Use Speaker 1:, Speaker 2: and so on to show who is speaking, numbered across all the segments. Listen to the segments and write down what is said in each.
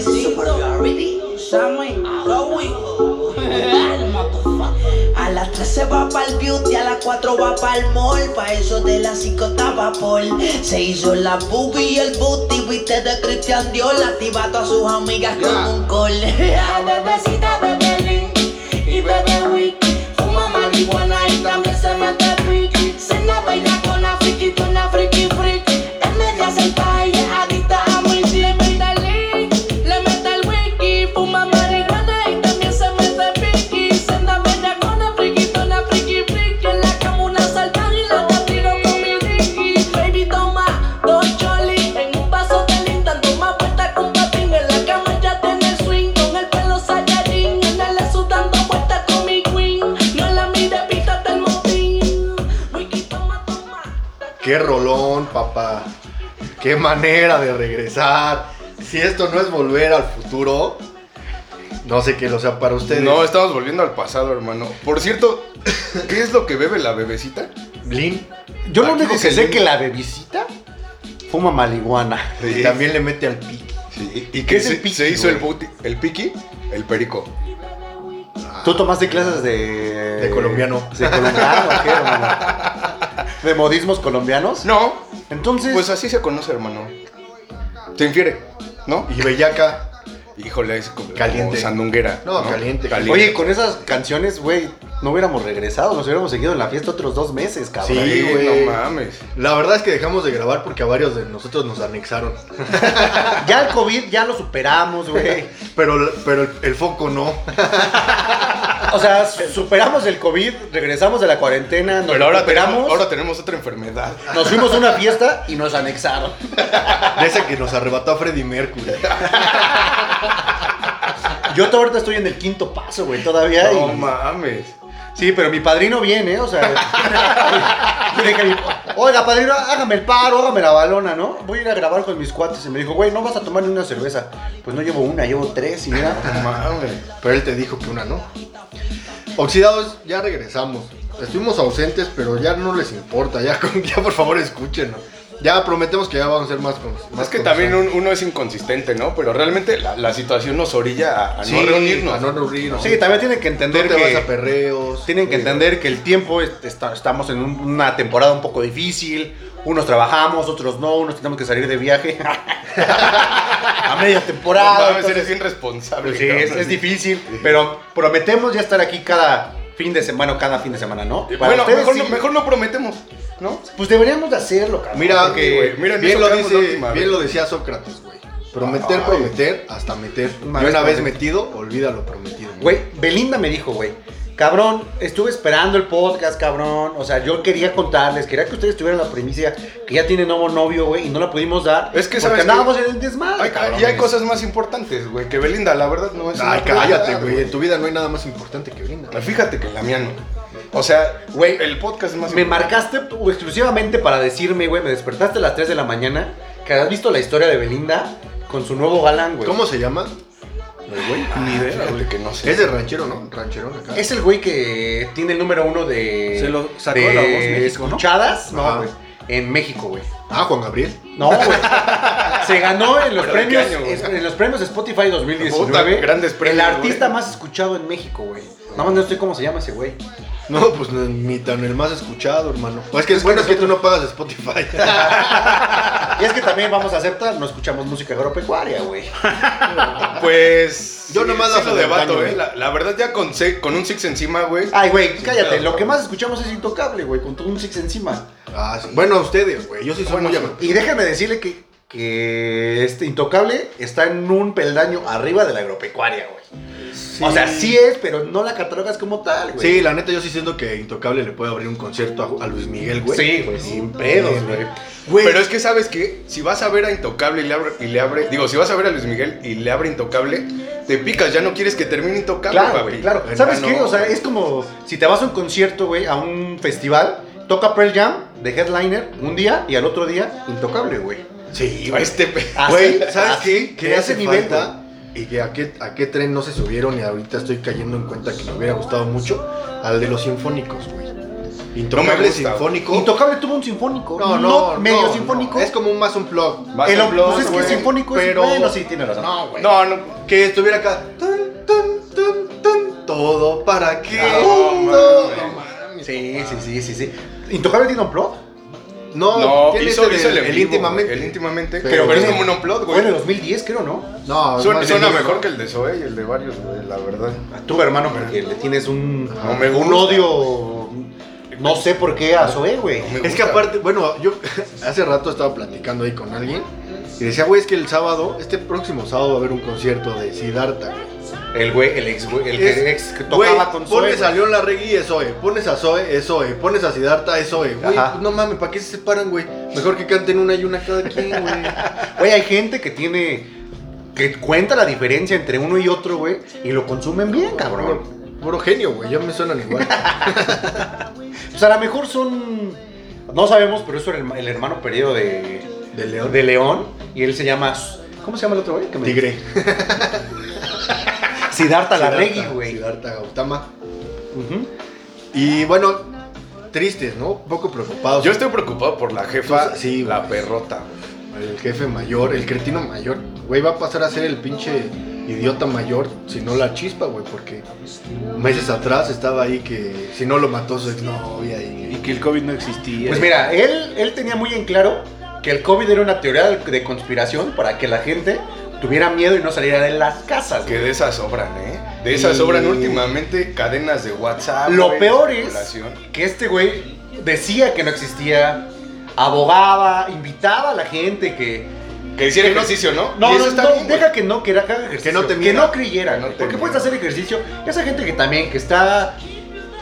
Speaker 1: Superiority, Sammy, Halloween. El motherfucker. A las 3 se va para el beauty, a las 4 va para el mall. Pa' eso de las 5 está vapor. Se hizo la boobie y el booty. Viste de Christian Dior. La activa a todas sus amigas
Speaker 2: Ya.
Speaker 1: con un call.
Speaker 3: La bebecita bebe link y bebe week. Fuma marihuana y también se mete piqui. Cena baila con la friki, con la friki friki. Es media sentada y es adicta a muy Le mete el link, le mete el wiki. Fuma marihuana y también se mete piqui. Cena baila con la friki, con la friki friki. En la cama una salvaje y la castigo con mi ricky. Baby toma dos cholis en un vaso de link. Dando más vueltas con patín en la cama ya tiene el swing con el pelo sayarín. Andale sudando vueltas con mi queen. No la mire, pítate el motín. Wiki, toma, toma.
Speaker 2: Qué rolón, papá. Qué manera de regresar. Si esto no es volver al futuro, no sé qué lo sea para ustedes.
Speaker 4: No, estamos volviendo al pasado, hermano. Por cierto, ¿qué es lo que bebe la bebecita?
Speaker 2: Blin.
Speaker 5: Yo lo
Speaker 4: Aquí
Speaker 5: único
Speaker 4: dice
Speaker 5: que sé
Speaker 4: Lin.
Speaker 5: que la bebisita fuma marihuana.
Speaker 2: Y
Speaker 4: Sí.
Speaker 2: también le mete al pique.
Speaker 4: Sí. ¿Y
Speaker 5: ¿Qué
Speaker 4: qué
Speaker 5: es
Speaker 4: se,
Speaker 5: el piqui,
Speaker 4: se hizo
Speaker 5: güey?
Speaker 4: el, buti- el piqui? El perico. Ah.
Speaker 5: Tú tomaste clases de.
Speaker 2: De colombiano.
Speaker 5: De colombiano, ¿qué, hermano? ¿De modismos colombianos?
Speaker 4: No,
Speaker 5: Entonces.
Speaker 4: pues así se conoce, hermano. Se infiere, ¿no?
Speaker 2: Y Bellaca.
Speaker 4: Híjole, es como,
Speaker 2: Caliente.
Speaker 4: como sandunguera.
Speaker 2: No, caliente.
Speaker 5: Oye, con esas canciones, güey, no hubiéramos regresado, nos hubiéramos seguido en la fiesta otros dos meses, cabrón.
Speaker 2: Sí.
Speaker 4: Sí,
Speaker 2: güey.
Speaker 4: no mames.
Speaker 2: La verdad es que dejamos de grabar porque a varios de nosotros nos anexaron.
Speaker 5: Ya el COVID ya lo superamos, güey.
Speaker 2: Pero, pero el, el foco no.
Speaker 5: O sea, superamos el COVID, regresamos de la cuarentena, nos
Speaker 4: Pero ahora
Speaker 5: recuperamos,
Speaker 4: tenemos, ahora tenemos otra enfermedad.
Speaker 5: nos fuimos a una fiesta y nos anexaron.
Speaker 2: De esa que nos arrebató a Freddie Mercury.
Speaker 5: Yo to- ahorita estoy en el quinto paso, güey, todavía.
Speaker 4: No
Speaker 5: y-
Speaker 4: mames.
Speaker 5: Sí, pero mi padrino viene, ¿eh? O sea. yo le dije a mi- Oiga, padrino, hágame el paro, hágame la balona, ¿no? Voy a ir a grabar con mis cuates. Y me dijo, güey, no vas a tomar ni una cerveza. Pues no llevo una, llevo tres y mira.
Speaker 4: No mames.
Speaker 2: Pero él te dijo que una no. Oxidados, ya regresamos. Estuvimos ausentes, pero ya no les importa. Ya, con- ya por favor escúchenos. Ya prometemos que ya vamos a ser más con.
Speaker 4: Es que también un- uno es inconsistente, ¿no? Pero realmente la, la situación nos orilla a, a no reunirnos.
Speaker 2: A no reunirnos.
Speaker 5: Sí, también tienen que
Speaker 2: Tú
Speaker 5: entender
Speaker 2: te
Speaker 5: que.
Speaker 2: vas a perreos.
Speaker 5: Tienen que
Speaker 2: eh,
Speaker 5: entender que el tiempo es- está- estamos en un- una temporada un poco difícil. Unos trabajamos, otros no, unos tenemos que salir de viaje. a media
Speaker 4: No
Speaker 5: temporada.
Speaker 4: mames,
Speaker 5: entonces-
Speaker 4: eres irresponsable.
Speaker 5: Pues sí, es,
Speaker 4: cabrón.
Speaker 5: es difícil, pero prometemos ya estar aquí cada fin de semana o cada fin de semana, ¿no? Para
Speaker 4: Bueno,
Speaker 5: ustedes
Speaker 4: mejor,
Speaker 5: sí.
Speaker 4: no, mejor no prometemos, ¿no?
Speaker 5: Pues deberíamos de hacerlo, cabrón.
Speaker 2: Mira,
Speaker 4: Porque,
Speaker 2: güey,
Speaker 4: mira, eh,
Speaker 2: bien,
Speaker 4: eso
Speaker 2: lo
Speaker 4: quedamos la
Speaker 2: dice-
Speaker 4: última
Speaker 2: bien
Speaker 4: vez.
Speaker 2: lo decía Sócrates, güey. Prometer,
Speaker 4: Ay.
Speaker 2: prometer, hasta meter. Y
Speaker 5: Una
Speaker 2: Una, vez
Speaker 5: vez prometido.
Speaker 2: metido, olvida lo prometido.
Speaker 5: Güey, Belinda me dijo, güey, cabrón, estuve esperando el podcast, cabrón. O sea, yo quería contarles, quería que ustedes tuvieran la primicia que ya tiene nuevo novio, güey, y no la pudimos dar.
Speaker 4: Es que,
Speaker 5: porque
Speaker 4: ¿sabes qué?
Speaker 5: andábamos en el desmadre,
Speaker 4: Ay,
Speaker 5: cabrón.
Speaker 4: y hay cosas más importantes, güey, que Belinda, la verdad no es.
Speaker 2: Ay,
Speaker 4: una
Speaker 2: cállate,
Speaker 4: prioridad,
Speaker 2: güey. En tu vida no hay nada más importante que brinda.
Speaker 4: Fíjate que la mía no. O sea,
Speaker 5: Güey,
Speaker 4: güey, el podcast es más.
Speaker 5: Me
Speaker 4: importante.
Speaker 5: marcaste güey, exclusivamente para decirme, güey, me despertaste a las 3 de la mañana, que has visto la historia de Belinda con su nuevo galán, güey.
Speaker 2: ¿Cómo se llama? El güey.
Speaker 4: Ni idea, güey, Ah, que no sé.
Speaker 2: Es de ranchero, ¿no? Rancherón acá.
Speaker 5: Es el güey que tiene el número uno de.
Speaker 6: Se lo sacó de la Voz México, ¿no?
Speaker 5: Escuchadas, no,
Speaker 2: Ajá.
Speaker 5: güey. En México, güey.
Speaker 2: Ah, Juan Gabriel.
Speaker 5: No, güey. Se ganó en los
Speaker 4: ¿Pero de qué
Speaker 5: premios.
Speaker 4: año, güey?
Speaker 5: es- en los premios Spotify 2019.
Speaker 4: Puta, grandes premios,
Speaker 5: El artista
Speaker 4: güey.
Speaker 5: más escuchado en México, güey. Nada más no sé cómo se llama ese güey.
Speaker 2: No, pues no, ni tan el más escuchado, hermano. Pues Es que es bueno es que tú no pagas Spotify.
Speaker 5: Y es que también vamos a aceptar, no escuchamos música agropecuaria, güey.
Speaker 4: Pues.
Speaker 2: Yo nomás las
Speaker 4: lo
Speaker 2: adelanto,
Speaker 4: debato,
Speaker 2: güey.
Speaker 4: eh. La, la verdad, ya con, se- con un Six encima, güey.
Speaker 5: Ay, güey, cállate.
Speaker 4: claro.
Speaker 5: Lo que más escuchamos es Intocable, güey, con todo un six encima.
Speaker 2: Ah, sí. Bueno, ustedes, güey. Yo sí soy muy agro.
Speaker 5: Y déjame decirle que, que este Intocable está en un peldaño arriba de la agropecuaria, güey. O sea, sí es, pero no la catalogas como tal, güey.
Speaker 2: Sí, la neta, yo sí siento que Intocable le puede abrir un concierto a, a Luis Miguel, güey.
Speaker 5: Sí, güey, sin pedos, güey.
Speaker 2: Güey,
Speaker 4: Pero es que, ¿sabes qué? Si vas a ver a Intocable y le, abre, y le abre. Digo, si vas a ver a Luis Miguel y le abre Intocable, te picas, ya no quieres que termine Intocable,
Speaker 5: Claro,
Speaker 4: papi.
Speaker 5: güey, claro.
Speaker 2: Hermano.
Speaker 5: ¿Sabes qué? O sea, es como si te vas a un concierto, güey, a un festival, toca Pearl Jam de headliner un día y al otro día Intocable, güey.
Speaker 2: Sí,
Speaker 4: A
Speaker 2: güey.
Speaker 4: este pe-
Speaker 5: Así,
Speaker 2: Güey, ¿sabes
Speaker 5: así,
Speaker 2: qué?
Speaker 5: de
Speaker 2: Que
Speaker 5: ese
Speaker 2: hace
Speaker 5: nivel,
Speaker 2: falta y que a qué, a qué tren no se subieron y ahorita estoy cayendo en cuenta que me hubiera gustado mucho al de los sinfónicos, güey.
Speaker 4: No me
Speaker 2: Intocable
Speaker 4: gusta,
Speaker 2: sinfónico.
Speaker 5: Intocable tuvo un sinfónico.
Speaker 2: no, no,
Speaker 5: medio
Speaker 2: no,
Speaker 5: sinfónico.
Speaker 2: no. Es como un más un plug.
Speaker 4: Más
Speaker 5: El-
Speaker 4: un plug,
Speaker 5: pues es que
Speaker 4: güey.
Speaker 5: sinfónico es-
Speaker 2: pero...
Speaker 5: bueno, sí, tiene razón.
Speaker 2: No, güey.
Speaker 4: No, no.
Speaker 2: Que estuviera acá. Tun, tun, tun, tun, todo para
Speaker 5: Ah,
Speaker 2: qué.
Speaker 4: No, mames.
Speaker 5: Sí, sí, sí, sí, sí. ¿Intocable tiene un plot?
Speaker 2: No,
Speaker 4: No,
Speaker 2: tiene
Speaker 4: hizo,
Speaker 2: ese de-
Speaker 4: hizo el, en vivo,
Speaker 2: íntimamente.
Speaker 4: El íntimamente.
Speaker 2: Pero
Speaker 4: Pero, pero es
Speaker 5: tiene-
Speaker 4: como un unplot,
Speaker 5: Fue en el
Speaker 4: güey.
Speaker 5: 2010, creo, ¿no?
Speaker 2: No,
Speaker 4: Suena,
Speaker 2: más
Speaker 4: suena
Speaker 2: bien-
Speaker 4: mejor que el de Zoe y el de varios, güey, la verdad.
Speaker 5: Tú, hermano, porque le tienes un,
Speaker 4: Ah, No me
Speaker 5: un
Speaker 4: gusta.
Speaker 5: odio. No sé por qué a Zoe, güey.
Speaker 4: Me
Speaker 2: Es que
Speaker 4: gusta.
Speaker 2: aparte, bueno, yo hace rato estaba platicando ahí con alguien y decía, güey, es que el sábado, este próximo sábado va a haber un concierto de Siddhartha.
Speaker 5: El güey, el ex, güey, el
Speaker 2: Es-
Speaker 5: que ex que
Speaker 2: Güey,
Speaker 5: tocaba con Zoe.
Speaker 2: pones a
Speaker 5: güey.
Speaker 2: León Larregui es Zoe, pones a Zoe es Zoe, pones a Siddhartha es Zoe. Güey,
Speaker 5: Ajá.
Speaker 2: no mames, ¿para qué se separan, güey? Mejor que canten una y una cada quien, güey.
Speaker 5: Güey, hay gente que tiene. que cuenta la diferencia entre uno y otro, güey. Y lo consumen bien,
Speaker 2: Puro,
Speaker 5: cabrón.
Speaker 2: puro genio, güey, ya me suenan igual.
Speaker 5: O sea, a lo mejor son. No sabemos, pero eso era el, el hermano perdido de.
Speaker 2: De León.
Speaker 5: De León. Y él se llama. ¿Cómo se llama el otro güey? Que me-
Speaker 2: Tigre.
Speaker 5: Siddhartha Larregui, güey.
Speaker 2: Siddhartha Gautama.
Speaker 5: Ujú.
Speaker 2: Y bueno, tristes, ¿no? Un poco preocupados.
Speaker 4: Yo estoy preocupado por la jefa,
Speaker 2: Entonces, sí,
Speaker 4: la
Speaker 2: güey.
Speaker 4: perrota. güey.
Speaker 2: El jefe mayor, el cretino mayor, güey, va a pasar a ser el pinche idiota mayor si no la chispa, güey, porque meses atrás estaba ahí que si no lo mató su exnovia y...
Speaker 6: Y que el COVID no existía.
Speaker 5: Pues mira, él, él tenía muy en claro que el COVID era una teoría de conspiración para que la gente tuviera miedo y no saliera de las casas.
Speaker 4: Que
Speaker 5: güey.
Speaker 4: de esas sobran, ¿eh? De esas
Speaker 5: Y-
Speaker 4: sobran últimamente cadenas de WhatsApp.
Speaker 5: Lo
Speaker 4: güey,
Speaker 5: peor es
Speaker 4: manipulación.
Speaker 5: que este güey decía que no existía, abogaba, invitaba a la gente que...
Speaker 4: Que hiciera ejercicio, ¿no?
Speaker 5: No,
Speaker 4: Y
Speaker 5: no,
Speaker 4: eso está
Speaker 5: no,
Speaker 4: bien, güey.
Speaker 5: deja que no, que, haga ejercicio,
Speaker 2: Que no te
Speaker 5: que
Speaker 2: mida.
Speaker 5: no creyera,
Speaker 4: Que no te
Speaker 5: porque
Speaker 4: mida.
Speaker 5: puedes hacer ejercicio. Esa gente que también, que está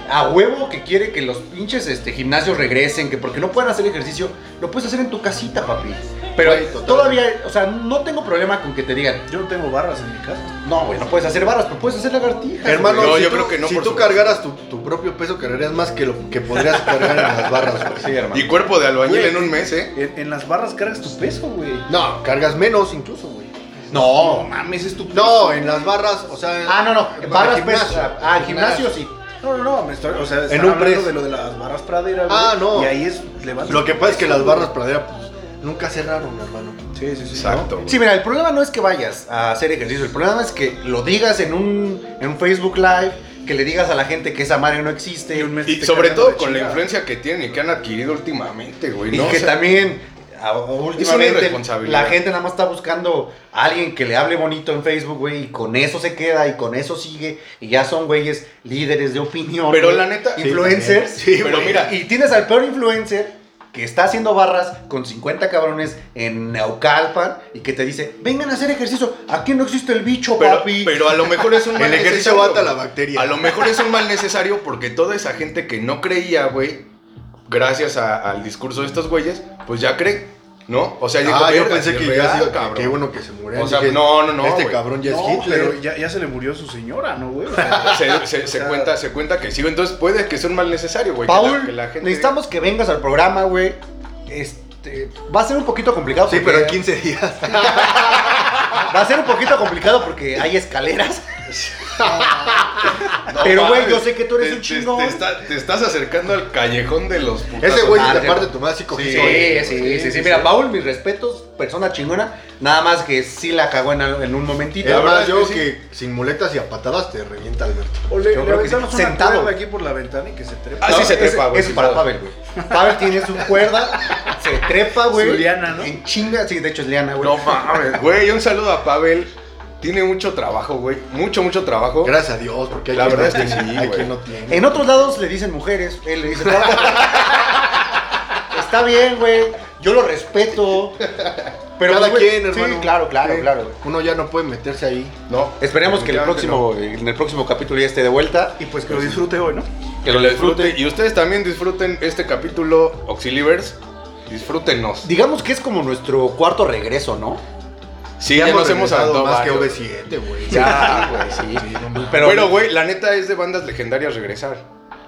Speaker 5: a huevo, que quiere que los pinches este, gimnasios regresen, que porque no pueden hacer ejercicio, lo puedes hacer en tu casita, papi. Pero
Speaker 2: Güey, total.
Speaker 5: todavía, o sea, no tengo problema con que te digan,
Speaker 6: Yo no tengo barras en mi casa.
Speaker 5: no, güey, no puedes hacer varas, pero puedes hacer lagartijas.
Speaker 2: Hermano,
Speaker 4: No,
Speaker 2: si
Speaker 4: yo
Speaker 2: tú,
Speaker 4: creo que no,
Speaker 2: si
Speaker 4: por
Speaker 2: tú
Speaker 4: supuesto.
Speaker 2: cargaras tu, tu propio peso, cargarías más que lo que podrías cargar en las barras, güey.
Speaker 5: Sí, hermano.
Speaker 4: Y cuerpo de albañil
Speaker 2: Güey.
Speaker 4: en un mes, ¿eh?
Speaker 6: En, en las barras cargas tu peso, güey.
Speaker 2: No, cargas menos incluso, güey.
Speaker 5: No.
Speaker 6: mames, es tu peso.
Speaker 2: No, en las barras, o sea...
Speaker 5: Ah, no, no,
Speaker 2: en
Speaker 5: barras
Speaker 2: el
Speaker 5: pesos. Ah, al gimnasio sí.
Speaker 6: No, no, no, me estoy, o sea,
Speaker 2: En
Speaker 6: en
Speaker 2: un
Speaker 6: un hablando
Speaker 2: press.
Speaker 6: de lo de las barras praderas,
Speaker 2: Ah,
Speaker 6: güey,
Speaker 2: no.
Speaker 6: Y ahí es levantas
Speaker 2: Lo que
Speaker 6: tu
Speaker 2: pasa es que
Speaker 6: peso,
Speaker 2: las
Speaker 6: güey.
Speaker 2: barras pradera, pues, nunca cerraron, hermano.
Speaker 6: Sí, sí, sí.
Speaker 4: Exacto. güey.
Speaker 5: Sí, mira, el problema no es que vayas a hacer ejercicio, el problema es que lo digas en un, en un Facebook Live, que le digas a la gente que esa madre no existe.
Speaker 6: Y un mes-
Speaker 2: Este
Speaker 4: Y
Speaker 6: Te
Speaker 4: sobre
Speaker 6: cargan
Speaker 4: todo
Speaker 6: de
Speaker 4: con la
Speaker 6: chingada.
Speaker 4: influencia que tienen y que han adquirido últimamente, güey.
Speaker 5: Y
Speaker 4: ¿no?
Speaker 5: que
Speaker 4: O sea,
Speaker 5: también a- últimamente
Speaker 4: irresponsabilidad.
Speaker 5: la gente nada más está buscando a alguien que le hable bonito en Facebook, güey, y con eso se queda y con eso sigue y ya son güeyes líderes de opinión.
Speaker 4: Pero
Speaker 5: güey,
Speaker 4: la neta- Sí,
Speaker 5: influencers.
Speaker 4: también. Sí, pero
Speaker 5: güey,
Speaker 4: mira.
Speaker 5: y tienes al peor influencer que está haciendo barras con 50 cabrones en Naucalpan y que te dice, "Vengan a hacer ejercicio, aquí no existe el bicho,
Speaker 4: Pero,
Speaker 5: papi."
Speaker 4: pero a lo mejor es un mal
Speaker 2: El ejercicio
Speaker 4: necesario,
Speaker 2: mata la
Speaker 4: güey.
Speaker 2: bacteria.
Speaker 4: A lo mejor es un mal necesario porque toda esa gente que no creía, güey, gracias a- al discurso de estos güeyes, pues ya cree, ¿no? O sea, dijo,
Speaker 2: Ah, yo
Speaker 4: "Verga,
Speaker 2: pensé
Speaker 4: sí
Speaker 2: que
Speaker 4: es
Speaker 2: ya
Speaker 4: real,
Speaker 2: sido
Speaker 4: cabrón".
Speaker 2: Qué bueno que se murió.
Speaker 4: O sea, no, no, no,
Speaker 2: Este
Speaker 4: güey.
Speaker 2: cabrón ya es
Speaker 6: No,
Speaker 2: Hitler.
Speaker 6: pero ya, ya se le murió su señora, ¿no, güey? O sea,
Speaker 4: Se, se- se
Speaker 6: O sea,
Speaker 4: cuenta, se cuenta que sí, güey. entonces puede que sea un mal necesario, güey. que la-
Speaker 5: Paul,
Speaker 4: que la gente-
Speaker 5: necesitamos que vengas al programa, güey. Este, va a ser un poquito complicado
Speaker 2: Sí,
Speaker 5: porque-
Speaker 2: pero en 15 días.
Speaker 5: Va a ser un poquito complicado porque hay escaleras.
Speaker 4: No
Speaker 5: Pero, güey,
Speaker 4: mames,
Speaker 5: yo sé que tú eres
Speaker 4: te-
Speaker 5: un
Speaker 4: te-
Speaker 5: chingón.
Speaker 4: Te, está- te estás acercando al callejón de los putazos.
Speaker 2: Ese güey
Speaker 5: Ah,
Speaker 2: es de
Speaker 5: sí.
Speaker 2: parte de tu madre sí cogió.
Speaker 5: Sí,
Speaker 2: güey.
Speaker 5: sí, sí, sí, Mira, Paul, mis respetos, persona chingona. Nada más que sí la cagó en, al- en un momentito.
Speaker 2: Es
Speaker 4: verdad
Speaker 2: más,
Speaker 4: es
Speaker 2: yo
Speaker 4: que
Speaker 2: que sin muletas y a patadas te revienta Alberto.
Speaker 6: o le,
Speaker 5: Yo
Speaker 6: le
Speaker 5: creo que sí.
Speaker 6: aventamos una
Speaker 5: Sentado.
Speaker 6: cuerda aquí por la ventana y que se trepa.
Speaker 4: Ah, sí, se trepa, güey,
Speaker 5: Eso
Speaker 4: sí,
Speaker 5: para
Speaker 4: sí.
Speaker 5: Pavel, güey. Pavel tiene su cuerda, se trepa, güey.
Speaker 6: Su liana, ¿no?
Speaker 5: En chinga, sí, de hecho es liana, güey.
Speaker 4: No mames, güey, un saludo a Pavel. Tiene mucho trabajo, güey. Mucho, mucho trabajo.
Speaker 2: Gracias a Dios, porque hay
Speaker 4: La
Speaker 2: quien
Speaker 4: verdad
Speaker 2: no
Speaker 4: es que
Speaker 2: tiene,
Speaker 4: sí,
Speaker 2: hay
Speaker 4: güey.
Speaker 2: quien no tiene.
Speaker 5: En otros lados le dicen mujeres, él le dice Está bien, güey. Yo lo respeto. Pero
Speaker 2: Cada
Speaker 5: güey,
Speaker 2: quien,
Speaker 5: sí,
Speaker 2: hermano.
Speaker 5: claro, claro,
Speaker 2: Sí.
Speaker 5: claro. güey.
Speaker 2: Uno ya no puede meterse ahí.
Speaker 4: No.
Speaker 5: Esperemos que en el próximo, en el próximo capítulo ya esté de vuelta.
Speaker 6: Y pues que lo disfrute hoy, ¿no?
Speaker 4: Que lo disfruten. Y ustedes también disfruten este capítulo Oxilivers. Disfrútenos.
Speaker 5: Digamos que es como nuestro cuarto regreso, ¿no?
Speaker 4: Sí, ya nos hemos
Speaker 2: regresado
Speaker 4: saltado
Speaker 2: más que
Speaker 4: varios.
Speaker 2: OV7, güey.
Speaker 5: Ya, güey, sí. Pero,
Speaker 4: Pero, güey, la neta es de bandas legendarias regresar.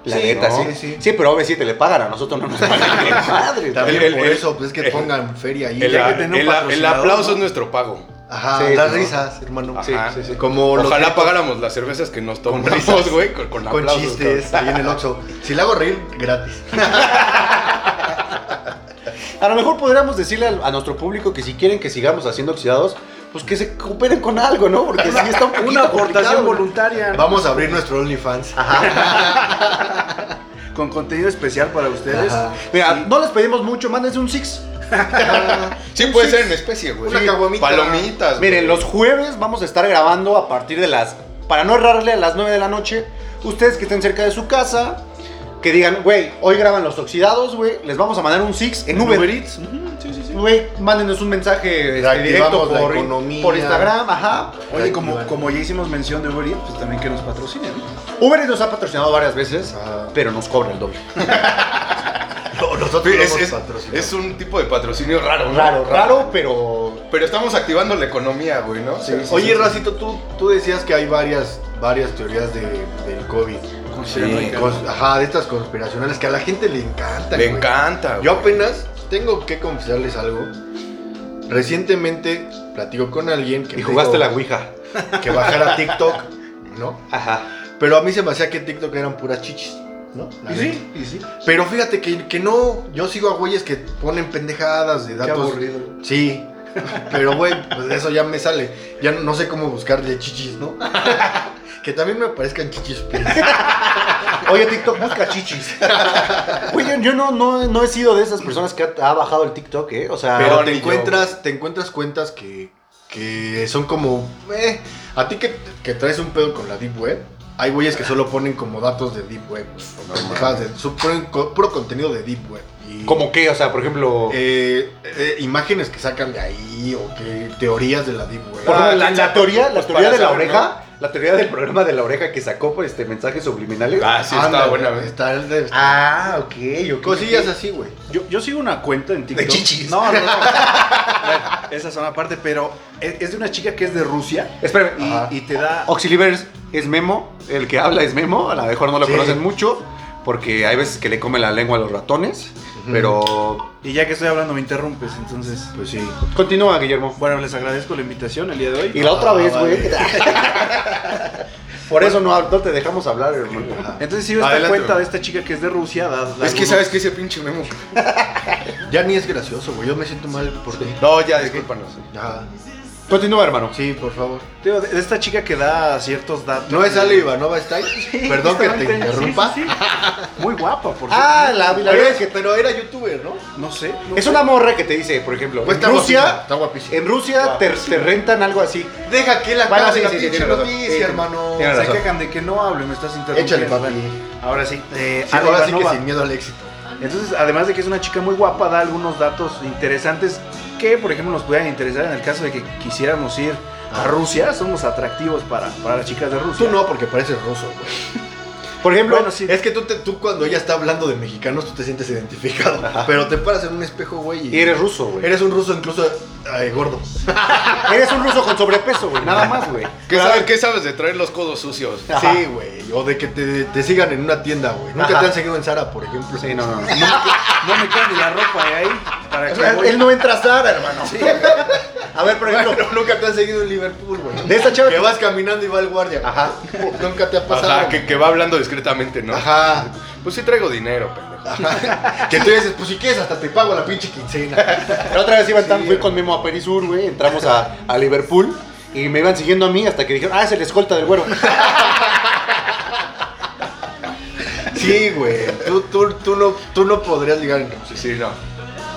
Speaker 5: la
Speaker 2: sí,
Speaker 5: neta,
Speaker 2: ¿no?
Speaker 5: sí,
Speaker 2: Sí,
Speaker 5: sí.
Speaker 2: sí.
Speaker 5: pero a OV7 le pagan, a nosotros no nos pagan. Madre,
Speaker 2: También
Speaker 4: El- el-
Speaker 2: por
Speaker 4: el-
Speaker 2: eso, pues es que
Speaker 4: el-
Speaker 2: pongan feria ahí.
Speaker 4: El,
Speaker 6: ya que
Speaker 4: el-
Speaker 6: tenía un
Speaker 4: el- el
Speaker 6: patrocinador,
Speaker 4: aplauso
Speaker 6: ¿no?
Speaker 4: es nuestro pago.
Speaker 2: Ajá,
Speaker 5: Sí,
Speaker 2: las
Speaker 5: sí,
Speaker 2: risas, hermano.
Speaker 4: Ajá.
Speaker 5: sí, sí.
Speaker 2: Como lo
Speaker 4: Ojalá
Speaker 2: que-
Speaker 4: pagáramos las cervezas que nos tomamos,
Speaker 2: risas.
Speaker 4: güey, con, con
Speaker 2: con
Speaker 4: aplausos,
Speaker 2: chistes ahí en el Oxxo. Si le hago reír, gratis.
Speaker 5: A lo mejor podríamos decirle al- a, nuestro público que si quieren que sigamos haciendo oxidados, pues que se cooperen con algo, ¿no? Porque si está un poquito
Speaker 6: Una aportación
Speaker 5: complicado, ¿no?
Speaker 6: voluntaria.
Speaker 2: Vamos a abrir nuestro OnlyFans.
Speaker 6: Con contenido especial para ustedes.
Speaker 2: Ajá.
Speaker 5: Mira, no les pedimos mucho, mándense un six.
Speaker 4: Sí, puede ser en especie, güey.
Speaker 2: Una caguamita.
Speaker 4: Palomitas. güey.
Speaker 5: Miren, los jueves vamos a estar grabando a partir de las. Para no errarle a las 9 de la noche, ustedes que estén cerca de su casa, que digan, güey, hoy graban los oxidados, güey, les vamos a mandar un six en Uber.
Speaker 6: Uber Eats. Ujú, sí, sí, sí.
Speaker 5: Güey, mándenos un mensaje este, directo
Speaker 2: Reactivamos la
Speaker 5: por,
Speaker 2: economía.
Speaker 5: por Instagram, ajá.
Speaker 6: Oye, como, como ya hicimos mención de Uber Eats, pues también que nos patrocinen. ¿no?
Speaker 5: Uber Eats nos ha patrocinado varias veces,
Speaker 2: Ajá.
Speaker 5: pero nos cobra el doble.
Speaker 2: No, Nosotros
Speaker 4: Güey,
Speaker 2: lo
Speaker 4: es,
Speaker 2: hemos
Speaker 4: es-
Speaker 2: patrocinado.
Speaker 4: es un tipo de patrocinio raro, ¿no?
Speaker 5: Raro, raro, pero
Speaker 4: Pero estamos activando la economía, güey, ¿no?
Speaker 2: Oye, Racito, tú, tú decías que hay varias, varias teorías de, del COVID.
Speaker 6: Conspiranoica.
Speaker 2: Cons- ajá, de estas conspiracionales que a la gente le encanta.
Speaker 4: Le encanta.
Speaker 2: Yo
Speaker 4: güey.
Speaker 2: apenas tengo que confesarles algo. Recientemente platico con alguien que
Speaker 5: y
Speaker 2: me
Speaker 5: jugaste
Speaker 2: dijo
Speaker 5: la Ouija.
Speaker 2: que bajara TikTok, ¿no?
Speaker 5: Ajá.
Speaker 2: Pero a mí se me hacía que TikTok eran puras chichis, ¿no? La
Speaker 6: Y
Speaker 2: neta.
Speaker 6: sí, y sí.
Speaker 2: Pero fíjate que, que no, yo sigo a güeyes que ponen pendejadas de
Speaker 6: Qué
Speaker 2: datos.
Speaker 6: aburrido.
Speaker 2: sí. Pero güey, pues eso ya me sale. Ya no, no sé cómo buscarle chichis, ¿no? que también me parezcan chichis. pues. pero-
Speaker 5: Oye, TikTok busca chichis. Güey, yo, yo no, no, no he sido de esas personas que ha, ha bajado el TikTok, ¿eh? O sea,
Speaker 2: Pero
Speaker 4: Perdón,
Speaker 2: te
Speaker 4: y yo,
Speaker 2: encuentras, te encuentras cuentas que, que son como. eh, a ti que, que traes un pedo con la Deep Web, hay güeyes que solo ponen como datos de Deep Web. O pendejadas de- su- ponen co- puro contenido de Deep Web. Y,
Speaker 5: ¿Cómo qué? O sea, por ejemplo,
Speaker 2: eh, eh, imágenes que sacan de ahí o que teorías de la Deep Web.
Speaker 5: por
Speaker 4: ah,
Speaker 5: ejemplo, la,
Speaker 4: cacha,
Speaker 5: la teoría, la
Speaker 4: pues,
Speaker 5: teoría
Speaker 4: para
Speaker 5: de la
Speaker 4: saber,
Speaker 5: oreja, la teoría del programa de la oreja que sacó por este mensajes subliminales.
Speaker 4: Ah, sí, está
Speaker 2: Ándale,
Speaker 4: buena,
Speaker 5: ¿eh?
Speaker 4: güey.
Speaker 2: está el de-
Speaker 5: Ah, ok, ok.
Speaker 2: cosillas
Speaker 5: ok.
Speaker 2: así, güey.
Speaker 6: Yo, yo sigo una cuenta en TikTok.
Speaker 5: De chichis.
Speaker 6: No, no, no. Bueno, esa es una parte, pero es, es de una chica que es de Rusia
Speaker 5: Espérame.
Speaker 2: Ajá.
Speaker 6: y, y te da.
Speaker 5: Oxilivers es Memo, el que habla es Memo, a lo mejor no lo
Speaker 2: Sí.
Speaker 5: conocen mucho, porque hay veces que le come la lengua a los ratones, pero...
Speaker 6: Y ya que estoy hablando, me interrumpes, entonces.
Speaker 2: Pues sí.
Speaker 5: Continúa, Guillermo.
Speaker 6: Bueno, les agradezco la invitación el día de hoy.
Speaker 5: Y la otra
Speaker 2: Ah,
Speaker 5: vez, güey. Por eso no, no te dejamos hablar, hermano.
Speaker 6: Entonces sigo esta
Speaker 4: Adelante,
Speaker 6: cuenta
Speaker 4: bro.
Speaker 6: de esta chica que es de Rusia. da- da
Speaker 4: Es que
Speaker 6: algunos-
Speaker 4: sabes que ese pinche memo.
Speaker 2: Ya ni es gracioso, güey. Yo me siento mal por ti.
Speaker 4: No, ya, discúlpanos.
Speaker 2: Ajá.
Speaker 5: Continúa, hermano.
Speaker 2: Sí, por favor.
Speaker 6: Digo, de de esta chica que da ciertos datos.
Speaker 2: No es
Speaker 6: de-
Speaker 2: Ale Ivanova, está ahí. Perdón que te
Speaker 6: Justamente, sí,
Speaker 2: interrumpa.
Speaker 6: sí, sí. Muy guapa, por
Speaker 5: Ah, la, la-
Speaker 2: Pero, es que- pero era youtuber, ¿no?
Speaker 6: cierto. No sé. no
Speaker 5: Es
Speaker 6: sé.
Speaker 5: una morra que te dice, por ejemplo,
Speaker 2: Pues
Speaker 5: en
Speaker 2: está guapísima,
Speaker 5: Rusia,
Speaker 2: está guapísima.
Speaker 5: en Rusia te, te rentan algo así.
Speaker 2: Deja que la
Speaker 5: Bueno,
Speaker 2: cara
Speaker 5: sí,
Speaker 2: de la
Speaker 5: sí, sí,
Speaker 2: pinche
Speaker 5: tiene razón.
Speaker 2: noticia,
Speaker 5: Sí,
Speaker 2: hermano.
Speaker 5: tiene
Speaker 6: Se
Speaker 5: razón.
Speaker 6: quejan de que no hablo, me estás
Speaker 2: Échale,
Speaker 6: interrumpiendo.
Speaker 2: papi.
Speaker 6: Ahora sí. Eh,
Speaker 2: Sí,
Speaker 6: Ale
Speaker 2: ahora sí que
Speaker 6: Ivanova.
Speaker 2: sin miedo al éxito.
Speaker 6: Entonces, además de que es una chica muy guapa, da algunos datos interesantes que, por ejemplo, nos pudieran interesar en el caso de que quisiéramos ir a Rusia. Somos atractivos para, para las chicas de Rusia.
Speaker 2: Tú no, porque pareces ruso, güey.
Speaker 5: Por ejemplo,
Speaker 6: Bueno, sí.
Speaker 2: Es que tú, te- tú cuando ella está hablando de mexicanos, tú te sientes identificado. Pero te paras en un espejo, güey.
Speaker 5: y eres ruso, güey. Eres,
Speaker 2: Eres un ruso incluso ay, gordo.
Speaker 5: un ruso con sobrepeso, güey, nada más, güey.
Speaker 4: ¿Qué, sabes, ¿Qué sabes de traer los codos sucios?
Speaker 5: Ajá.
Speaker 2: Sí, güey. O de que te, te sigan en una tienda, güey. Nunca
Speaker 5: Ajá.
Speaker 2: te han seguido en Sara, por ejemplo.
Speaker 5: Sí, no, no, no.
Speaker 6: No me queda ni la ropa de ahí. Para
Speaker 5: O
Speaker 6: que
Speaker 5: sea,
Speaker 6: voy.
Speaker 5: él no entra a Zara, hermano. A ver, por ejemplo,
Speaker 2: Bueno, nunca te han seguido en Liverpool, güey.
Speaker 5: De esta chava
Speaker 2: Que
Speaker 5: que-
Speaker 2: vas caminando y va el guardia.
Speaker 5: Ajá.
Speaker 2: Nunca te ha pasado.
Speaker 4: Ajá,
Speaker 2: güey.
Speaker 4: que, que va hablando discretamente, ¿no?
Speaker 2: Ajá.
Speaker 4: Pues sí traigo dinero, pendejo.
Speaker 2: Que tú dices, pues si quieres, hasta te pago la pinche quincena.
Speaker 5: la otra vez iba tan-
Speaker 2: Sí,
Speaker 5: fui con Memo a Perisur, güey, entramos a, a Liverpool y me iban siguiendo a mí hasta que dijeron, ah, es el escolta del güero.
Speaker 2: Sí, güey. Tú, tú, tú, no, tú no podrías ligar en Rusia.
Speaker 4: Sí, sí, no.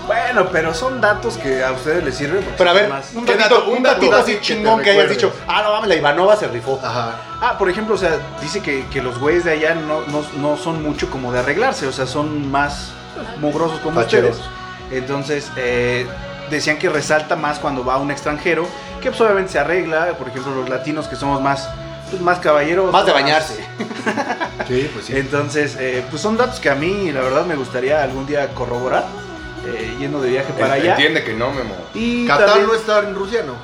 Speaker 6: Bueno, pero son datos que a ustedes les sirven. porque
Speaker 5: Pero a
Speaker 6: son
Speaker 5: ver,
Speaker 6: más.
Speaker 5: un
Speaker 4: ¿Qué
Speaker 5: datito,
Speaker 4: dato-
Speaker 5: un
Speaker 4: un
Speaker 5: datito
Speaker 2: dato
Speaker 5: así
Speaker 2: que te
Speaker 5: chingón que hayas
Speaker 2: recuerdes?
Speaker 5: dicho, ah, no mames, la Ivanova se rifó.
Speaker 2: Ajá.
Speaker 6: Ah, por ejemplo, o sea, dice que, que los güeyes de allá no, no, no son mucho como de arreglarse, o sea, son más mugrosos como
Speaker 2: Facheros.
Speaker 6: ustedes. Entonces, eh, decían que resalta más cuando va un extranjero, que pues obviamente se arregla, por ejemplo, los latinos que somos más, pues, más caballeros.
Speaker 5: Más de bañarse.
Speaker 2: Sí, pues sí.
Speaker 6: Entonces, eh, pues son datos que a mí, la verdad, me gustaría algún día corroborar, eh, yendo de viaje para
Speaker 4: En-
Speaker 6: allá.
Speaker 4: Entiende que no, memo.
Speaker 6: Y
Speaker 2: Qatar
Speaker 6: también-
Speaker 2: no está en Rusia, no.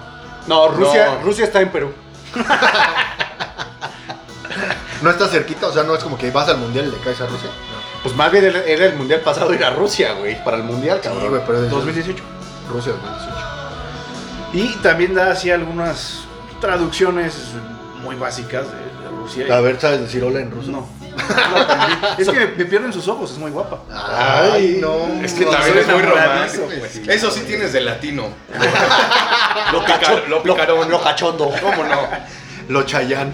Speaker 5: No, Rusia,
Speaker 4: No.
Speaker 5: Rusia está en Perú.
Speaker 2: No está cerquita, o sea, no es como que vas al mundial y le caes a Rusia.
Speaker 5: Pues más bien era- era el mundial pasado ir a Rusia, güey, para el mundial,
Speaker 2: Sí,
Speaker 5: cabrón.
Speaker 2: güey, pero es
Speaker 6: 2018.
Speaker 2: Rusia 2018.
Speaker 6: Y también da así algunas traducciones muy básicas de, de Rusia.
Speaker 2: A ver, ¿sabes decir hola en ruso?
Speaker 6: No. No, también. es que me, me pierdo en sus ojos, es muy guapa.
Speaker 2: Ay, no.
Speaker 4: Es que
Speaker 6: No,
Speaker 4: también
Speaker 6: soy
Speaker 4: es muy
Speaker 6: enamoradizo,
Speaker 4: romántico.
Speaker 6: pues.
Speaker 4: Eso sí tienes de latino. lo, pica- lo
Speaker 5: Lo,
Speaker 4: picarón.
Speaker 5: lo cachondo.
Speaker 4: ¿Cómo no?
Speaker 2: Lo chayán.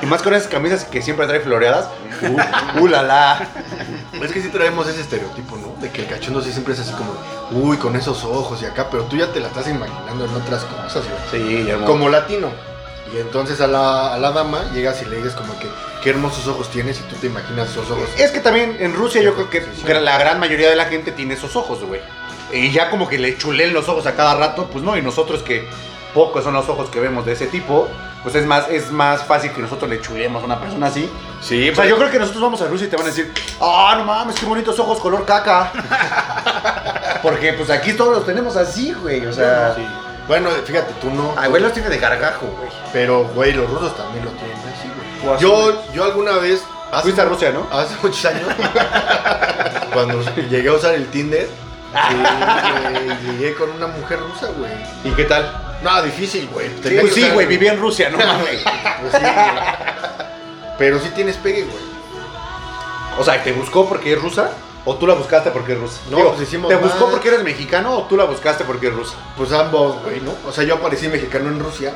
Speaker 5: Y más con esas camisas que siempre trae floreadas. Uh, uh, la la.
Speaker 2: Es que sí traemos ese estereotipo, ¿no? De que el cachondo sí siempre es así como, uy, con esos ojos y acá, pero tú ya te la estás imaginando en otras cosas, güey.
Speaker 5: Sí, ya
Speaker 2: como latino. Y entonces a la, a la dama llegas y le dices como que qué hermosos ojos tienes y tú te imaginas esos ojos.
Speaker 5: Es que también en Rusia yo creo que
Speaker 2: Sí, sí.
Speaker 5: gra- la gran mayoría de la gente tiene esos ojos, güey. Y ya como que le chulen los ojos a cada rato, pues no, y nosotros que pocos son los ojos que vemos de ese tipo, pues es más, es más fácil que nosotros le chulemos a una persona así.
Speaker 4: Sí, pues,
Speaker 5: O sea, yo creo que nosotros vamos a Rusia y te van a decir, ah, no mames, qué bonitos ojos color caca. Porque pues aquí todos los tenemos así, güey. O sea,
Speaker 2: Bueno, fíjate, tú no.
Speaker 5: ay, güey los tiene de gargajo, güey.
Speaker 2: Pero, güey, los rusos también lo tienen así,
Speaker 6: O
Speaker 2: güey.
Speaker 6: así.
Speaker 2: Yo, yo alguna vez, hace,
Speaker 5: Fuiste a Rusia, ¿no?
Speaker 2: hace muchos años, cuando llegué a usar el Tinder, eh, llegué con una mujer rusa, güey.
Speaker 5: ¿Y qué tal?
Speaker 2: No, difícil, güey. Tenía
Speaker 5: pues
Speaker 2: que
Speaker 5: sí,
Speaker 2: usar-
Speaker 5: güey, vivía en Rusia, ¿no? mames.
Speaker 2: Pues sí, güey. Pero sí tienes pegue, güey.
Speaker 5: O sea, ¿te buscó porque es rusa? ¿O tú la buscaste porque es rusa?
Speaker 2: No, pues hicimos
Speaker 5: ¿Te
Speaker 2: match.
Speaker 5: buscó porque eres mexicano o tú la buscaste porque es rusa?
Speaker 2: Pues ambos, güey, ¿no? O sea, yo aparecí mexicano en Rusia.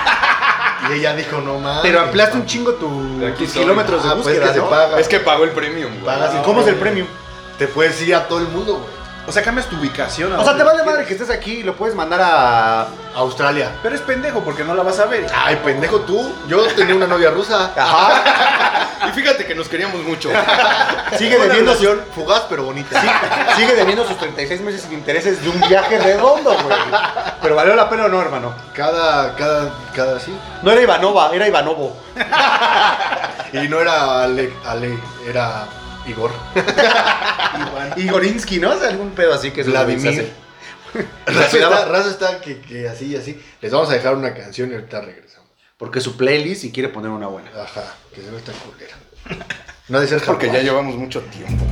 Speaker 2: y ella dijo, no mames.
Speaker 5: Pero ampliaste un
Speaker 2: papá.
Speaker 5: chingo tu-
Speaker 4: De aquí
Speaker 5: tus
Speaker 4: soy.
Speaker 5: kilómetros de
Speaker 2: Ah, pues
Speaker 5: búsqueda,
Speaker 2: que se
Speaker 5: ¿no?
Speaker 2: paga.
Speaker 4: Es que pagó el premium, güey.
Speaker 2: Pagas
Speaker 5: ¿Y cómo es el premio?
Speaker 2: Te puedes ir a todo el mundo, güey.
Speaker 6: O sea, cambias tu ubicación. a
Speaker 5: O sea, te
Speaker 6: donde
Speaker 5: vale
Speaker 6: quieras.
Speaker 5: madre que estés aquí y lo puedes mandar a...
Speaker 2: Australia.
Speaker 6: Pero es pendejo porque no la vas a ver.
Speaker 2: Ay, pendejo tú. Yo tenía una novia rusa.
Speaker 5: Ah, Ajá,
Speaker 4: Y fíjate que nos queríamos mucho.
Speaker 5: sigue
Speaker 2: Una
Speaker 5: debiendo,
Speaker 2: relación fugaz pero bonita.
Speaker 5: sí, sigue debiendo sus 36 meses sin intereses de un viaje redondo, güey. Pero valió la pena o no, hermano.
Speaker 2: Cada, cada, cada sí.
Speaker 5: No era Ivanova, era Ivanovo.
Speaker 2: Y no era Ale, Ale era Igor.
Speaker 5: Igorinsky, ¿no? O sea, algún pedo así que es
Speaker 2: Vladimir. Raza está, Raza está que, que así, así. Les vamos a dejar una canción y ahorita regresamos.
Speaker 5: Porque su playlist y quiere poner una buena.
Speaker 2: Ajá, que se ve tan culera. No ha de ser
Speaker 4: Porque ya
Speaker 2: japonés.
Speaker 4: llevamos mucho tiempo.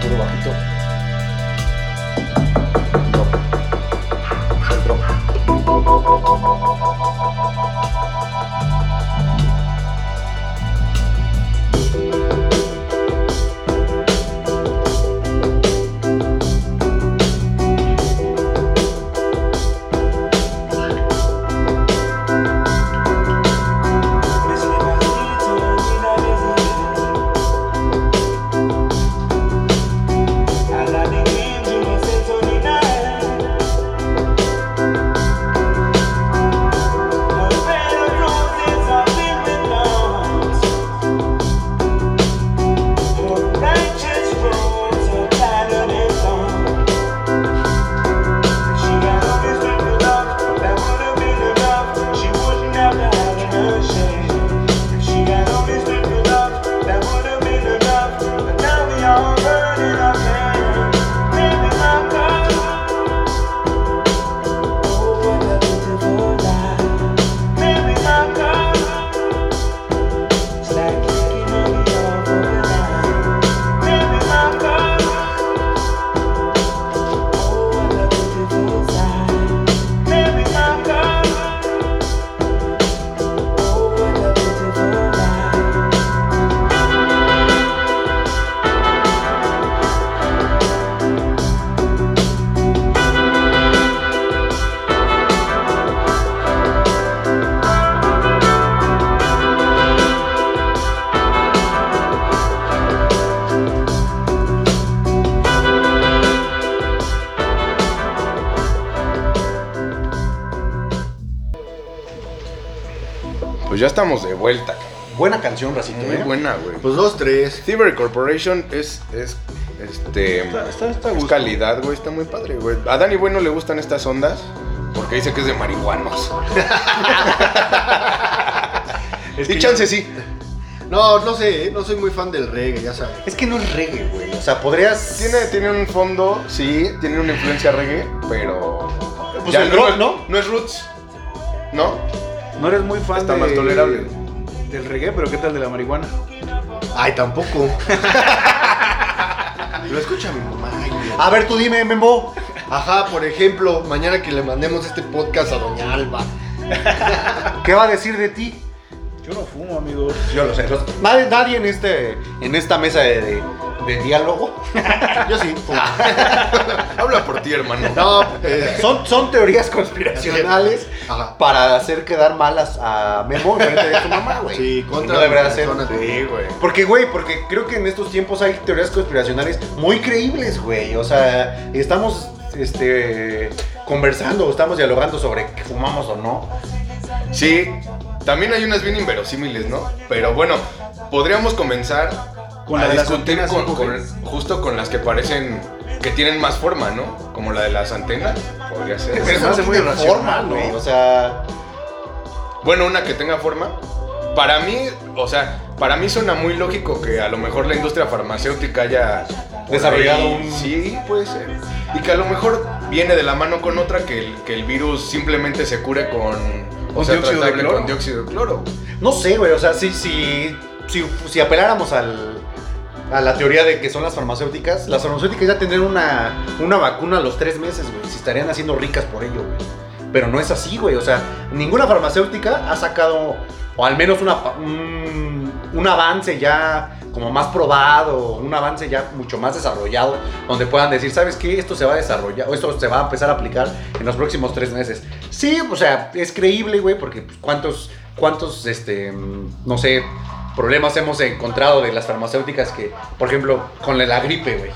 Speaker 5: Puro bajito.
Speaker 4: Pues ya estamos de vuelta. cabrón.
Speaker 5: Buena canción, Racito,
Speaker 4: Muy
Speaker 5: ¿eh?
Speaker 4: buena, güey.
Speaker 2: Pues dos, tres.
Speaker 4: Cyber Corporation es, es, este, es calidad, güey, está muy padre, güey. A Dani, güey, no le gustan estas ondas porque dice que es de marihuanos. y chance sí.
Speaker 2: No, no sé, ¿eh? no soy muy fan del reggae, ya sabes.
Speaker 5: Es que no es reggae, güey. O sea, podrías.
Speaker 4: Tiene, tiene un fondo, sí, tiene una influencia reggae, pero...
Speaker 5: Pues
Speaker 4: ya
Speaker 5: el
Speaker 4: no,
Speaker 5: rock,
Speaker 4: es-
Speaker 5: ¿no?
Speaker 4: No es roots. ¿No?
Speaker 6: No eres muy fan
Speaker 4: Está
Speaker 6: de-
Speaker 4: más tolerable.
Speaker 6: del reggae, pero ¿qué tal de la marihuana?
Speaker 2: Ay, tampoco. Lo escucha mi mamá. ay, güey.
Speaker 5: A ver, tú dime, Membo.
Speaker 2: Ajá, por ejemplo, mañana que le mandemos este podcast a Doña Alba.
Speaker 5: ¿Qué va a decir de ti?
Speaker 6: Yo no fumo, amigo.
Speaker 5: Yo lo sé. los- nadie, nadie en, este, en esta mesa de, de- de diálogo. Ah,
Speaker 2: Yo sí. pues.
Speaker 4: Habla por ti, hermano.
Speaker 2: No, eh,
Speaker 5: Son, son teorías conspiracionales
Speaker 2: Ajá.
Speaker 5: para hacer quedar malas a Memo en frente de su mamá, güey.
Speaker 2: Sí, contra
Speaker 5: No debería
Speaker 2: las
Speaker 5: ser.
Speaker 2: personas.
Speaker 4: Sí, güey.
Speaker 5: Porque, güey, porque creo que en estos tiempos hay teorías conspiracionales muy creíbles, güey. O sea, estamos este, conversando o estamos dialogando sobre que fumamos o no.
Speaker 4: Sí, también hay unas bien inverosímiles, ¿no? Pero bueno, podríamos comenzar
Speaker 6: Con
Speaker 4: a
Speaker 6: la de las
Speaker 4: discutir
Speaker 6: antenas
Speaker 4: con-
Speaker 6: 5G.
Speaker 4: con- justo con las que parecen que tienen más forma, ¿no? Como la de las antenas, podría ser.
Speaker 5: Pero
Speaker 6: se
Speaker 5: eso
Speaker 6: me hace
Speaker 5: no
Speaker 6: muy
Speaker 5: tiene
Speaker 6: irracional,
Speaker 5: forma,
Speaker 6: ¿no?
Speaker 5: güey. O sea,
Speaker 4: Bueno, una que tenga forma. Para mí, o sea, para mí suena muy lógico que a lo mejor la industria farmacéutica haya por
Speaker 5: Desarrollado
Speaker 4: ahí-
Speaker 5: un-
Speaker 4: Sí, puede ser. Y que a lo mejor viene de la mano con otra que el, que el virus simplemente se cure con. O
Speaker 6: Con
Speaker 4: sea,
Speaker 6: dióxido de
Speaker 4: tratable
Speaker 6: cloro.
Speaker 4: con dióxido de cloro.
Speaker 5: no sé, güey. O sea, si, si, si, si apeláramos al, a la teoría de que son las farmacéuticas, las farmacéuticas ya tendrían una, una vacuna a los tres meses, güey. Se estarían haciendo ricas por ello, güey. Pero no es así, güey. O sea, ninguna farmacéutica ha sacado, o al menos una, pa- un, un avance ya como más probado, un avance ya mucho más desarrollado, donde puedan decir, ¿sabes qué? Esto se va a desarrollar, o esto se va a empezar a aplicar en los próximos tres meses. Sí, o sea, es creíble, güey, porque pues, cuántos, cuántos, este, mm, no sé, problemas hemos encontrado de las farmacéuticas que, por ejemplo, con la- la gripe, güey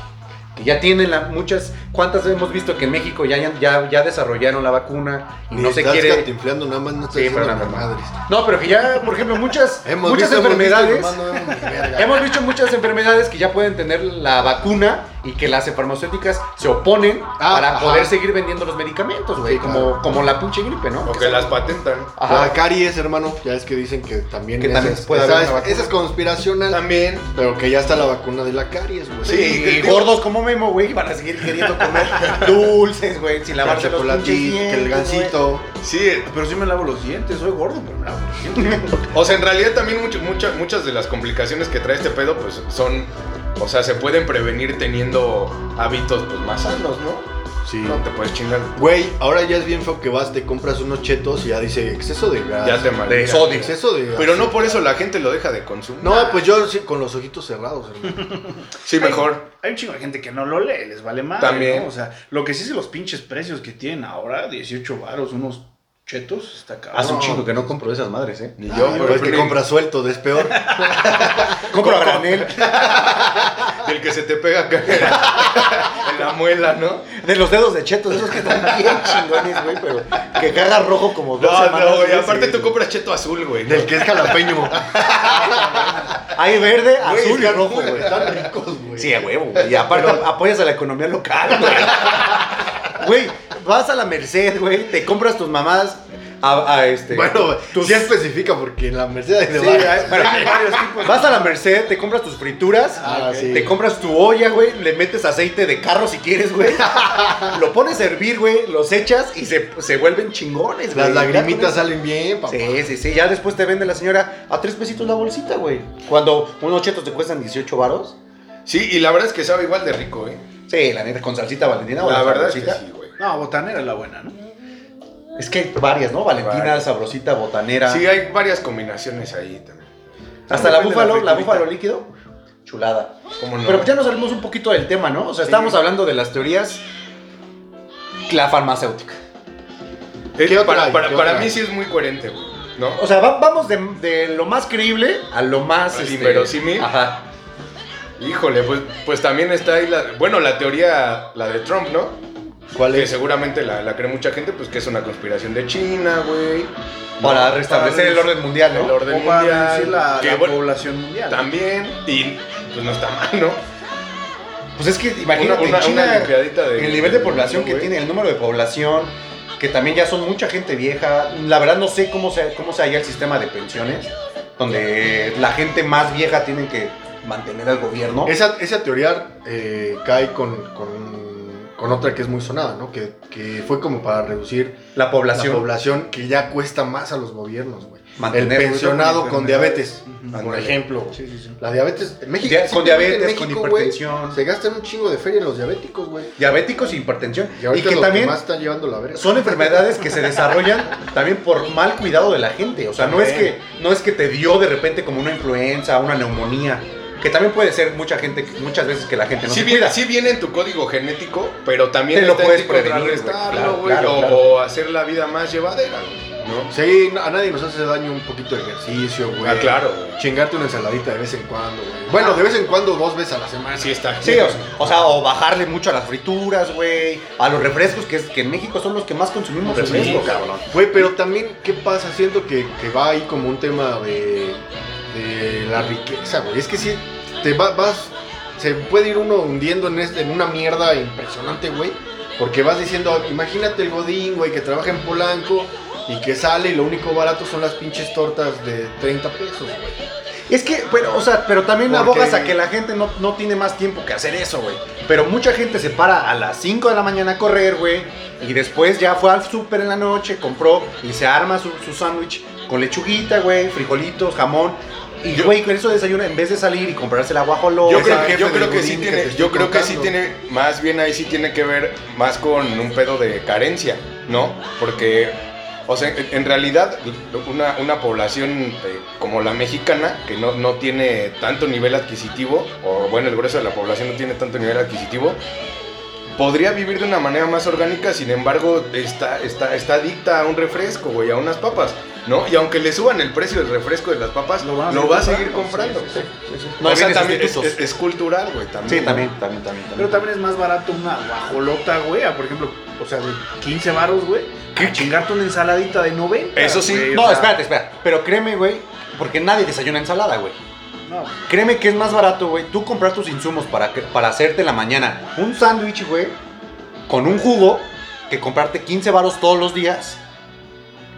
Speaker 5: que ya tienen la- muchas, cuántas hemos visto que en México ya, hayan- ya, ya desarrollaron la vacuna y
Speaker 2: Ni
Speaker 5: no se
Speaker 2: estás
Speaker 5: quiere...
Speaker 2: cantinfleando, nada más no estás
Speaker 5: Sí, pero
Speaker 2: diciendo
Speaker 5: nada más.
Speaker 2: madres.
Speaker 5: No, pero que ya, por ejemplo, muchas,
Speaker 2: Hemos
Speaker 5: muchas
Speaker 2: visto, hemos visto,
Speaker 5: enfermedades...
Speaker 2: nomás no vemos ni verga.
Speaker 5: Hemos visto muchas enfermedades que ya pueden tener la vacuna y que las farmacéuticas se oponen
Speaker 2: Ah,
Speaker 5: para
Speaker 2: ajá.
Speaker 5: poder seguir vendiendo los medicamentos, güey,
Speaker 2: Sí,
Speaker 5: como,
Speaker 2: claro.
Speaker 5: como la pinche gripe, ¿no?
Speaker 4: O que las patentan.
Speaker 5: Ajá.
Speaker 2: La caries, hermano, ya es que dicen que también,
Speaker 5: Que
Speaker 2: esa
Speaker 5: también
Speaker 2: es-
Speaker 5: puede
Speaker 2: esa
Speaker 5: haber
Speaker 2: es,
Speaker 5: una vacuna.
Speaker 2: esa es conspiracional,
Speaker 4: También.
Speaker 2: pero que ya está la vacuna de la caries, güey.
Speaker 4: Sí,
Speaker 5: Y gordos como Memo, güey, van a seguir queriendo comer dulces, güey, sin
Speaker 2: la
Speaker 5: lavarse los
Speaker 2: chocolate,
Speaker 5: pinches
Speaker 2: que el
Speaker 5: dientes, güey.
Speaker 2: gancito.
Speaker 4: Sí,
Speaker 6: Pero sí me lavo los dientes, soy gordo, pero me lavo los dientes.
Speaker 4: O sea, en realidad también mucho- mucha- muchas de las complicaciones que trae este pedo, pues son. O sea, se pueden prevenir teniendo hábitos pues más sanos, ¿no?
Speaker 2: Sí.
Speaker 4: No te puedes chingar.
Speaker 2: Güey, ahora ya es bien feo que vas, te compras unos chetos y ya dice exceso de gas.
Speaker 4: Ya te mal.
Speaker 5: de sodio.
Speaker 2: Exceso de gas.
Speaker 4: Pero no por eso la gente lo deja de consumir.
Speaker 2: No, pues yo sí, con los ojitos cerrados, hermano.
Speaker 4: Sí, mejor.
Speaker 6: Hay un chingo de gente que no lo lee, les vale más.
Speaker 4: También.
Speaker 6: O sea, lo que sí es los pinches precios que tienen ahora, 18 varos, unos chetos, está cabrón.
Speaker 5: Hace un chingo que no compro de esas madres, ¿eh?
Speaker 4: Ni
Speaker 2: Ay,
Speaker 4: yo, pero
Speaker 2: pues que
Speaker 4: Free,
Speaker 2: compras suelto, es peor.
Speaker 5: Compro a granel.
Speaker 4: El que se te pega acá en la muela, ¿no?
Speaker 5: De los dedos de chetos, esos que están bien chingones, güey, pero que caga rojo como dos
Speaker 4: No,
Speaker 5: semanas.
Speaker 4: no, güey.
Speaker 5: güey,
Speaker 4: Aparte
Speaker 5: sí.
Speaker 4: tú compras cheto azul, güey.
Speaker 2: Del que es jalapeño.
Speaker 5: Hay verde,
Speaker 2: Güey,
Speaker 5: azul y
Speaker 2: están-
Speaker 5: rojo, güey.
Speaker 2: Están ricos, güey.
Speaker 5: Sí, a huevo, güey. Y aparte apoyas a la economía local, güey. Güey, vas a la Merced, güey, te compras tus mamadas a, a este...
Speaker 2: Bueno,
Speaker 5: tus-
Speaker 2: sí especifica porque en la Mercedes de
Speaker 5: Sí,
Speaker 2: Varas-
Speaker 5: hay- bueno, vas a la Merced, te compras tus frituras,
Speaker 2: Ah,
Speaker 5: te
Speaker 2: sí.
Speaker 5: compras tu olla, güey, le metes aceite de carro si quieres, güey. lo pones a hervir, güey, los echas y se, se vuelven chingones, güey.
Speaker 2: Las lagrimitas
Speaker 5: Ya con eso-
Speaker 2: salen bien, papá.
Speaker 5: Sí, sí, sí. Ya después te vende la señora a tres pesitos la bolsita, güey. Cuando unos chetos te cuestan 18 varos.
Speaker 4: Sí, y la verdad es que sabe igual de rico, ¿eh?
Speaker 5: Sí, la neta, con salsita valentina o
Speaker 4: La verdad es que
Speaker 5: sabrosita.
Speaker 4: sí, güey.
Speaker 6: No, botanera es la buena, ¿no?
Speaker 5: Es que hay varias, ¿no? Valentina,
Speaker 4: Varias.
Speaker 5: sabrosita, botanera.
Speaker 4: Sí, hay varias combinaciones ahí también.
Speaker 5: Hasta la
Speaker 6: Depende de la
Speaker 5: búfalo, la,
Speaker 6: friturita.
Speaker 5: búfalo líquido. Chulada.
Speaker 4: ¿Cómo no?
Speaker 5: Pero pues ya nos salimos un poquito del tema, ¿no? O sea,
Speaker 4: Sí.
Speaker 5: estábamos hablando de las teorías. La farmacéutica.
Speaker 4: Eh,
Speaker 2: ¿Qué otra
Speaker 4: para
Speaker 2: hay?
Speaker 4: para-
Speaker 2: ¿Qué
Speaker 4: para
Speaker 2: otra
Speaker 4: mí
Speaker 2: hay?
Speaker 4: sí es muy coherente, güey. ¿No?
Speaker 5: O sea, va- vamos de, de lo más creíble a lo más. este,
Speaker 4: Al inverosímil.
Speaker 5: Ajá.
Speaker 4: Híjole, pues, pues también está ahí la. Bueno, la teoría, la de Trump, ¿no?
Speaker 2: ¿Cuál
Speaker 4: Que
Speaker 2: es?
Speaker 4: seguramente la, la cree mucha gente, pues que es una conspiración de China, güey.
Speaker 5: Para
Speaker 4: ¿no?
Speaker 5: restablecer el orden mundial, ¿no?
Speaker 4: El orden
Speaker 6: O para
Speaker 4: mundial.
Speaker 6: reducir la,
Speaker 4: que
Speaker 6: la
Speaker 4: bueno,
Speaker 6: población mundial.
Speaker 4: también. Y pues no está mal, ¿no?
Speaker 5: Pues es que imagínate,
Speaker 4: Una- una-
Speaker 5: China,
Speaker 4: una limpiadita de-
Speaker 5: el nivel de
Speaker 4: del
Speaker 5: población
Speaker 4: mundo,
Speaker 5: que
Speaker 4: güey.
Speaker 5: tiene, el número de población, que también ya son mucha gente vieja. La verdad no sé cómo se, cómo se halla el sistema de pensiones, donde la gente más vieja tiene que mantener al gobierno.
Speaker 2: Esa, esa teoría eh, cae con, con con otra que es muy sonada, ¿no? Que, que fue como para reducir
Speaker 5: La población.
Speaker 2: la población que ya cuesta más a los gobiernos, güey. El
Speaker 5: Mantener, güey,
Speaker 2: pensionado
Speaker 5: con
Speaker 2: con diabetes, por
Speaker 4: Ándale.
Speaker 2: ejemplo.
Speaker 5: Sí, sí, sí.
Speaker 2: La diabetes, en México,
Speaker 5: Dia- con
Speaker 2: simplemente en
Speaker 5: diabetes, con
Speaker 2: México, güey,
Speaker 5: hipertensión.
Speaker 2: se gastan un chingo de feria en los diabéticos, güey.
Speaker 5: Diabéticos e hipertensión.
Speaker 2: Y ahorita
Speaker 5: Y que
Speaker 2: los
Speaker 5: también
Speaker 2: que más están llevando la verga.
Speaker 5: son enfermedades que se desarrollan también por mal cuidado de la gente. O sea, no es, que, no es que te dio de repente como una influenza, una neumonía. Que también puede ser mucha gente, muchas veces que la gente no
Speaker 4: sí,
Speaker 5: se
Speaker 4: viene,
Speaker 5: cuida.
Speaker 4: sí viene en tu código genético, pero también
Speaker 5: Te lo
Speaker 4: está en
Speaker 5: puedes
Speaker 4: ti
Speaker 5: prevenir,
Speaker 4: contrarrestarlo,
Speaker 5: güey, claro,
Speaker 4: güey, o,
Speaker 5: claro,
Speaker 4: o hacer la vida más llevadera, güey, ¿no?
Speaker 2: Sí, no- a nadie nos hace daño un poquito de ejercicio, güey.
Speaker 4: Ah, claro, güey.
Speaker 2: Chingarte una ensaladita de vez en cuando, güey. Bueno, de vez en cuando, dos veces a la semana.
Speaker 4: Sí está.
Speaker 5: Sí, o, o sea, o bajarle mucho a las frituras, güey, a los refrescos, que, es, que en México son los que más consumimos refresco, cabrón.
Speaker 2: Güey, pero también, ¿qué pasa? Siento que, que va ahí como un tema de, de la riqueza, güey. Es que si te va- vas, se puede ir uno hundiendo en, este- en una mierda impresionante, güey. Porque vas diciendo, imagínate el godín, güey, que trabaja en Polanco y que sale y lo único barato son las pinches tortas de 30 pesos, güey.
Speaker 5: Es que, pero, o sea, pero también
Speaker 2: Porque-
Speaker 5: abogas a que la gente no, no tiene más tiempo que hacer eso, güey. Pero mucha gente se para a las 5 de la mañana a correr, güey. Y después ya fue al súper en la noche, compró y se arma su su sándwich con lechuguita, güey, frijolitos, jamón. Y, güey, con eso desayuna en vez de salir y comprarse el guajolota.
Speaker 4: Yo
Speaker 2: Esa
Speaker 4: creo,
Speaker 2: jefe
Speaker 4: yo creo
Speaker 2: del
Speaker 4: que sí
Speaker 2: budín que te
Speaker 4: tiene,
Speaker 2: estoy
Speaker 4: yo creo que sí
Speaker 2: contando.
Speaker 4: tiene, más bien ahí sí tiene que ver más con un pedo de carencia, ¿no? Porque, o sea, en en realidad una, una población eh, como la mexicana, que no, no tiene tanto nivel adquisitivo, o bueno, el grueso de la población no tiene tanto nivel adquisitivo, podría vivir de una manera más orgánica, sin embargo, está, está, está adicta a un refresco, güey, a unas papas. ¿No? Y aunque le suban el precio del refresco de las papas,
Speaker 6: Lo
Speaker 4: lo,
Speaker 6: van a seguir
Speaker 4: va a seguir
Speaker 6: comprando.
Speaker 4: comprando.
Speaker 6: Sí, sí, sí, sí, sí.
Speaker 5: No,
Speaker 4: O sea,
Speaker 5: viene
Speaker 4: también es,
Speaker 5: sustitutos.
Speaker 4: es- es cultural, güey, también.
Speaker 5: Sí,
Speaker 4: ¿no?
Speaker 5: también, también, también.
Speaker 6: Pero también es más barato una guajolota, güey, a, por ejemplo, o sea, de 15 baros, güey, que chingarte una ensaladita de 90.
Speaker 4: Eso sí.
Speaker 6: güey, o
Speaker 5: No,
Speaker 6: sea,
Speaker 5: espérate, espérate. Pero créeme, güey, porque nadie desayuna ensalada, güey.
Speaker 6: No,
Speaker 5: Créeme que es más barato, güey, tú comprar tus insumos para, que- para hacerte en la mañana un sándwich, güey, con un jugo, que comprarte 15 varos todos los días.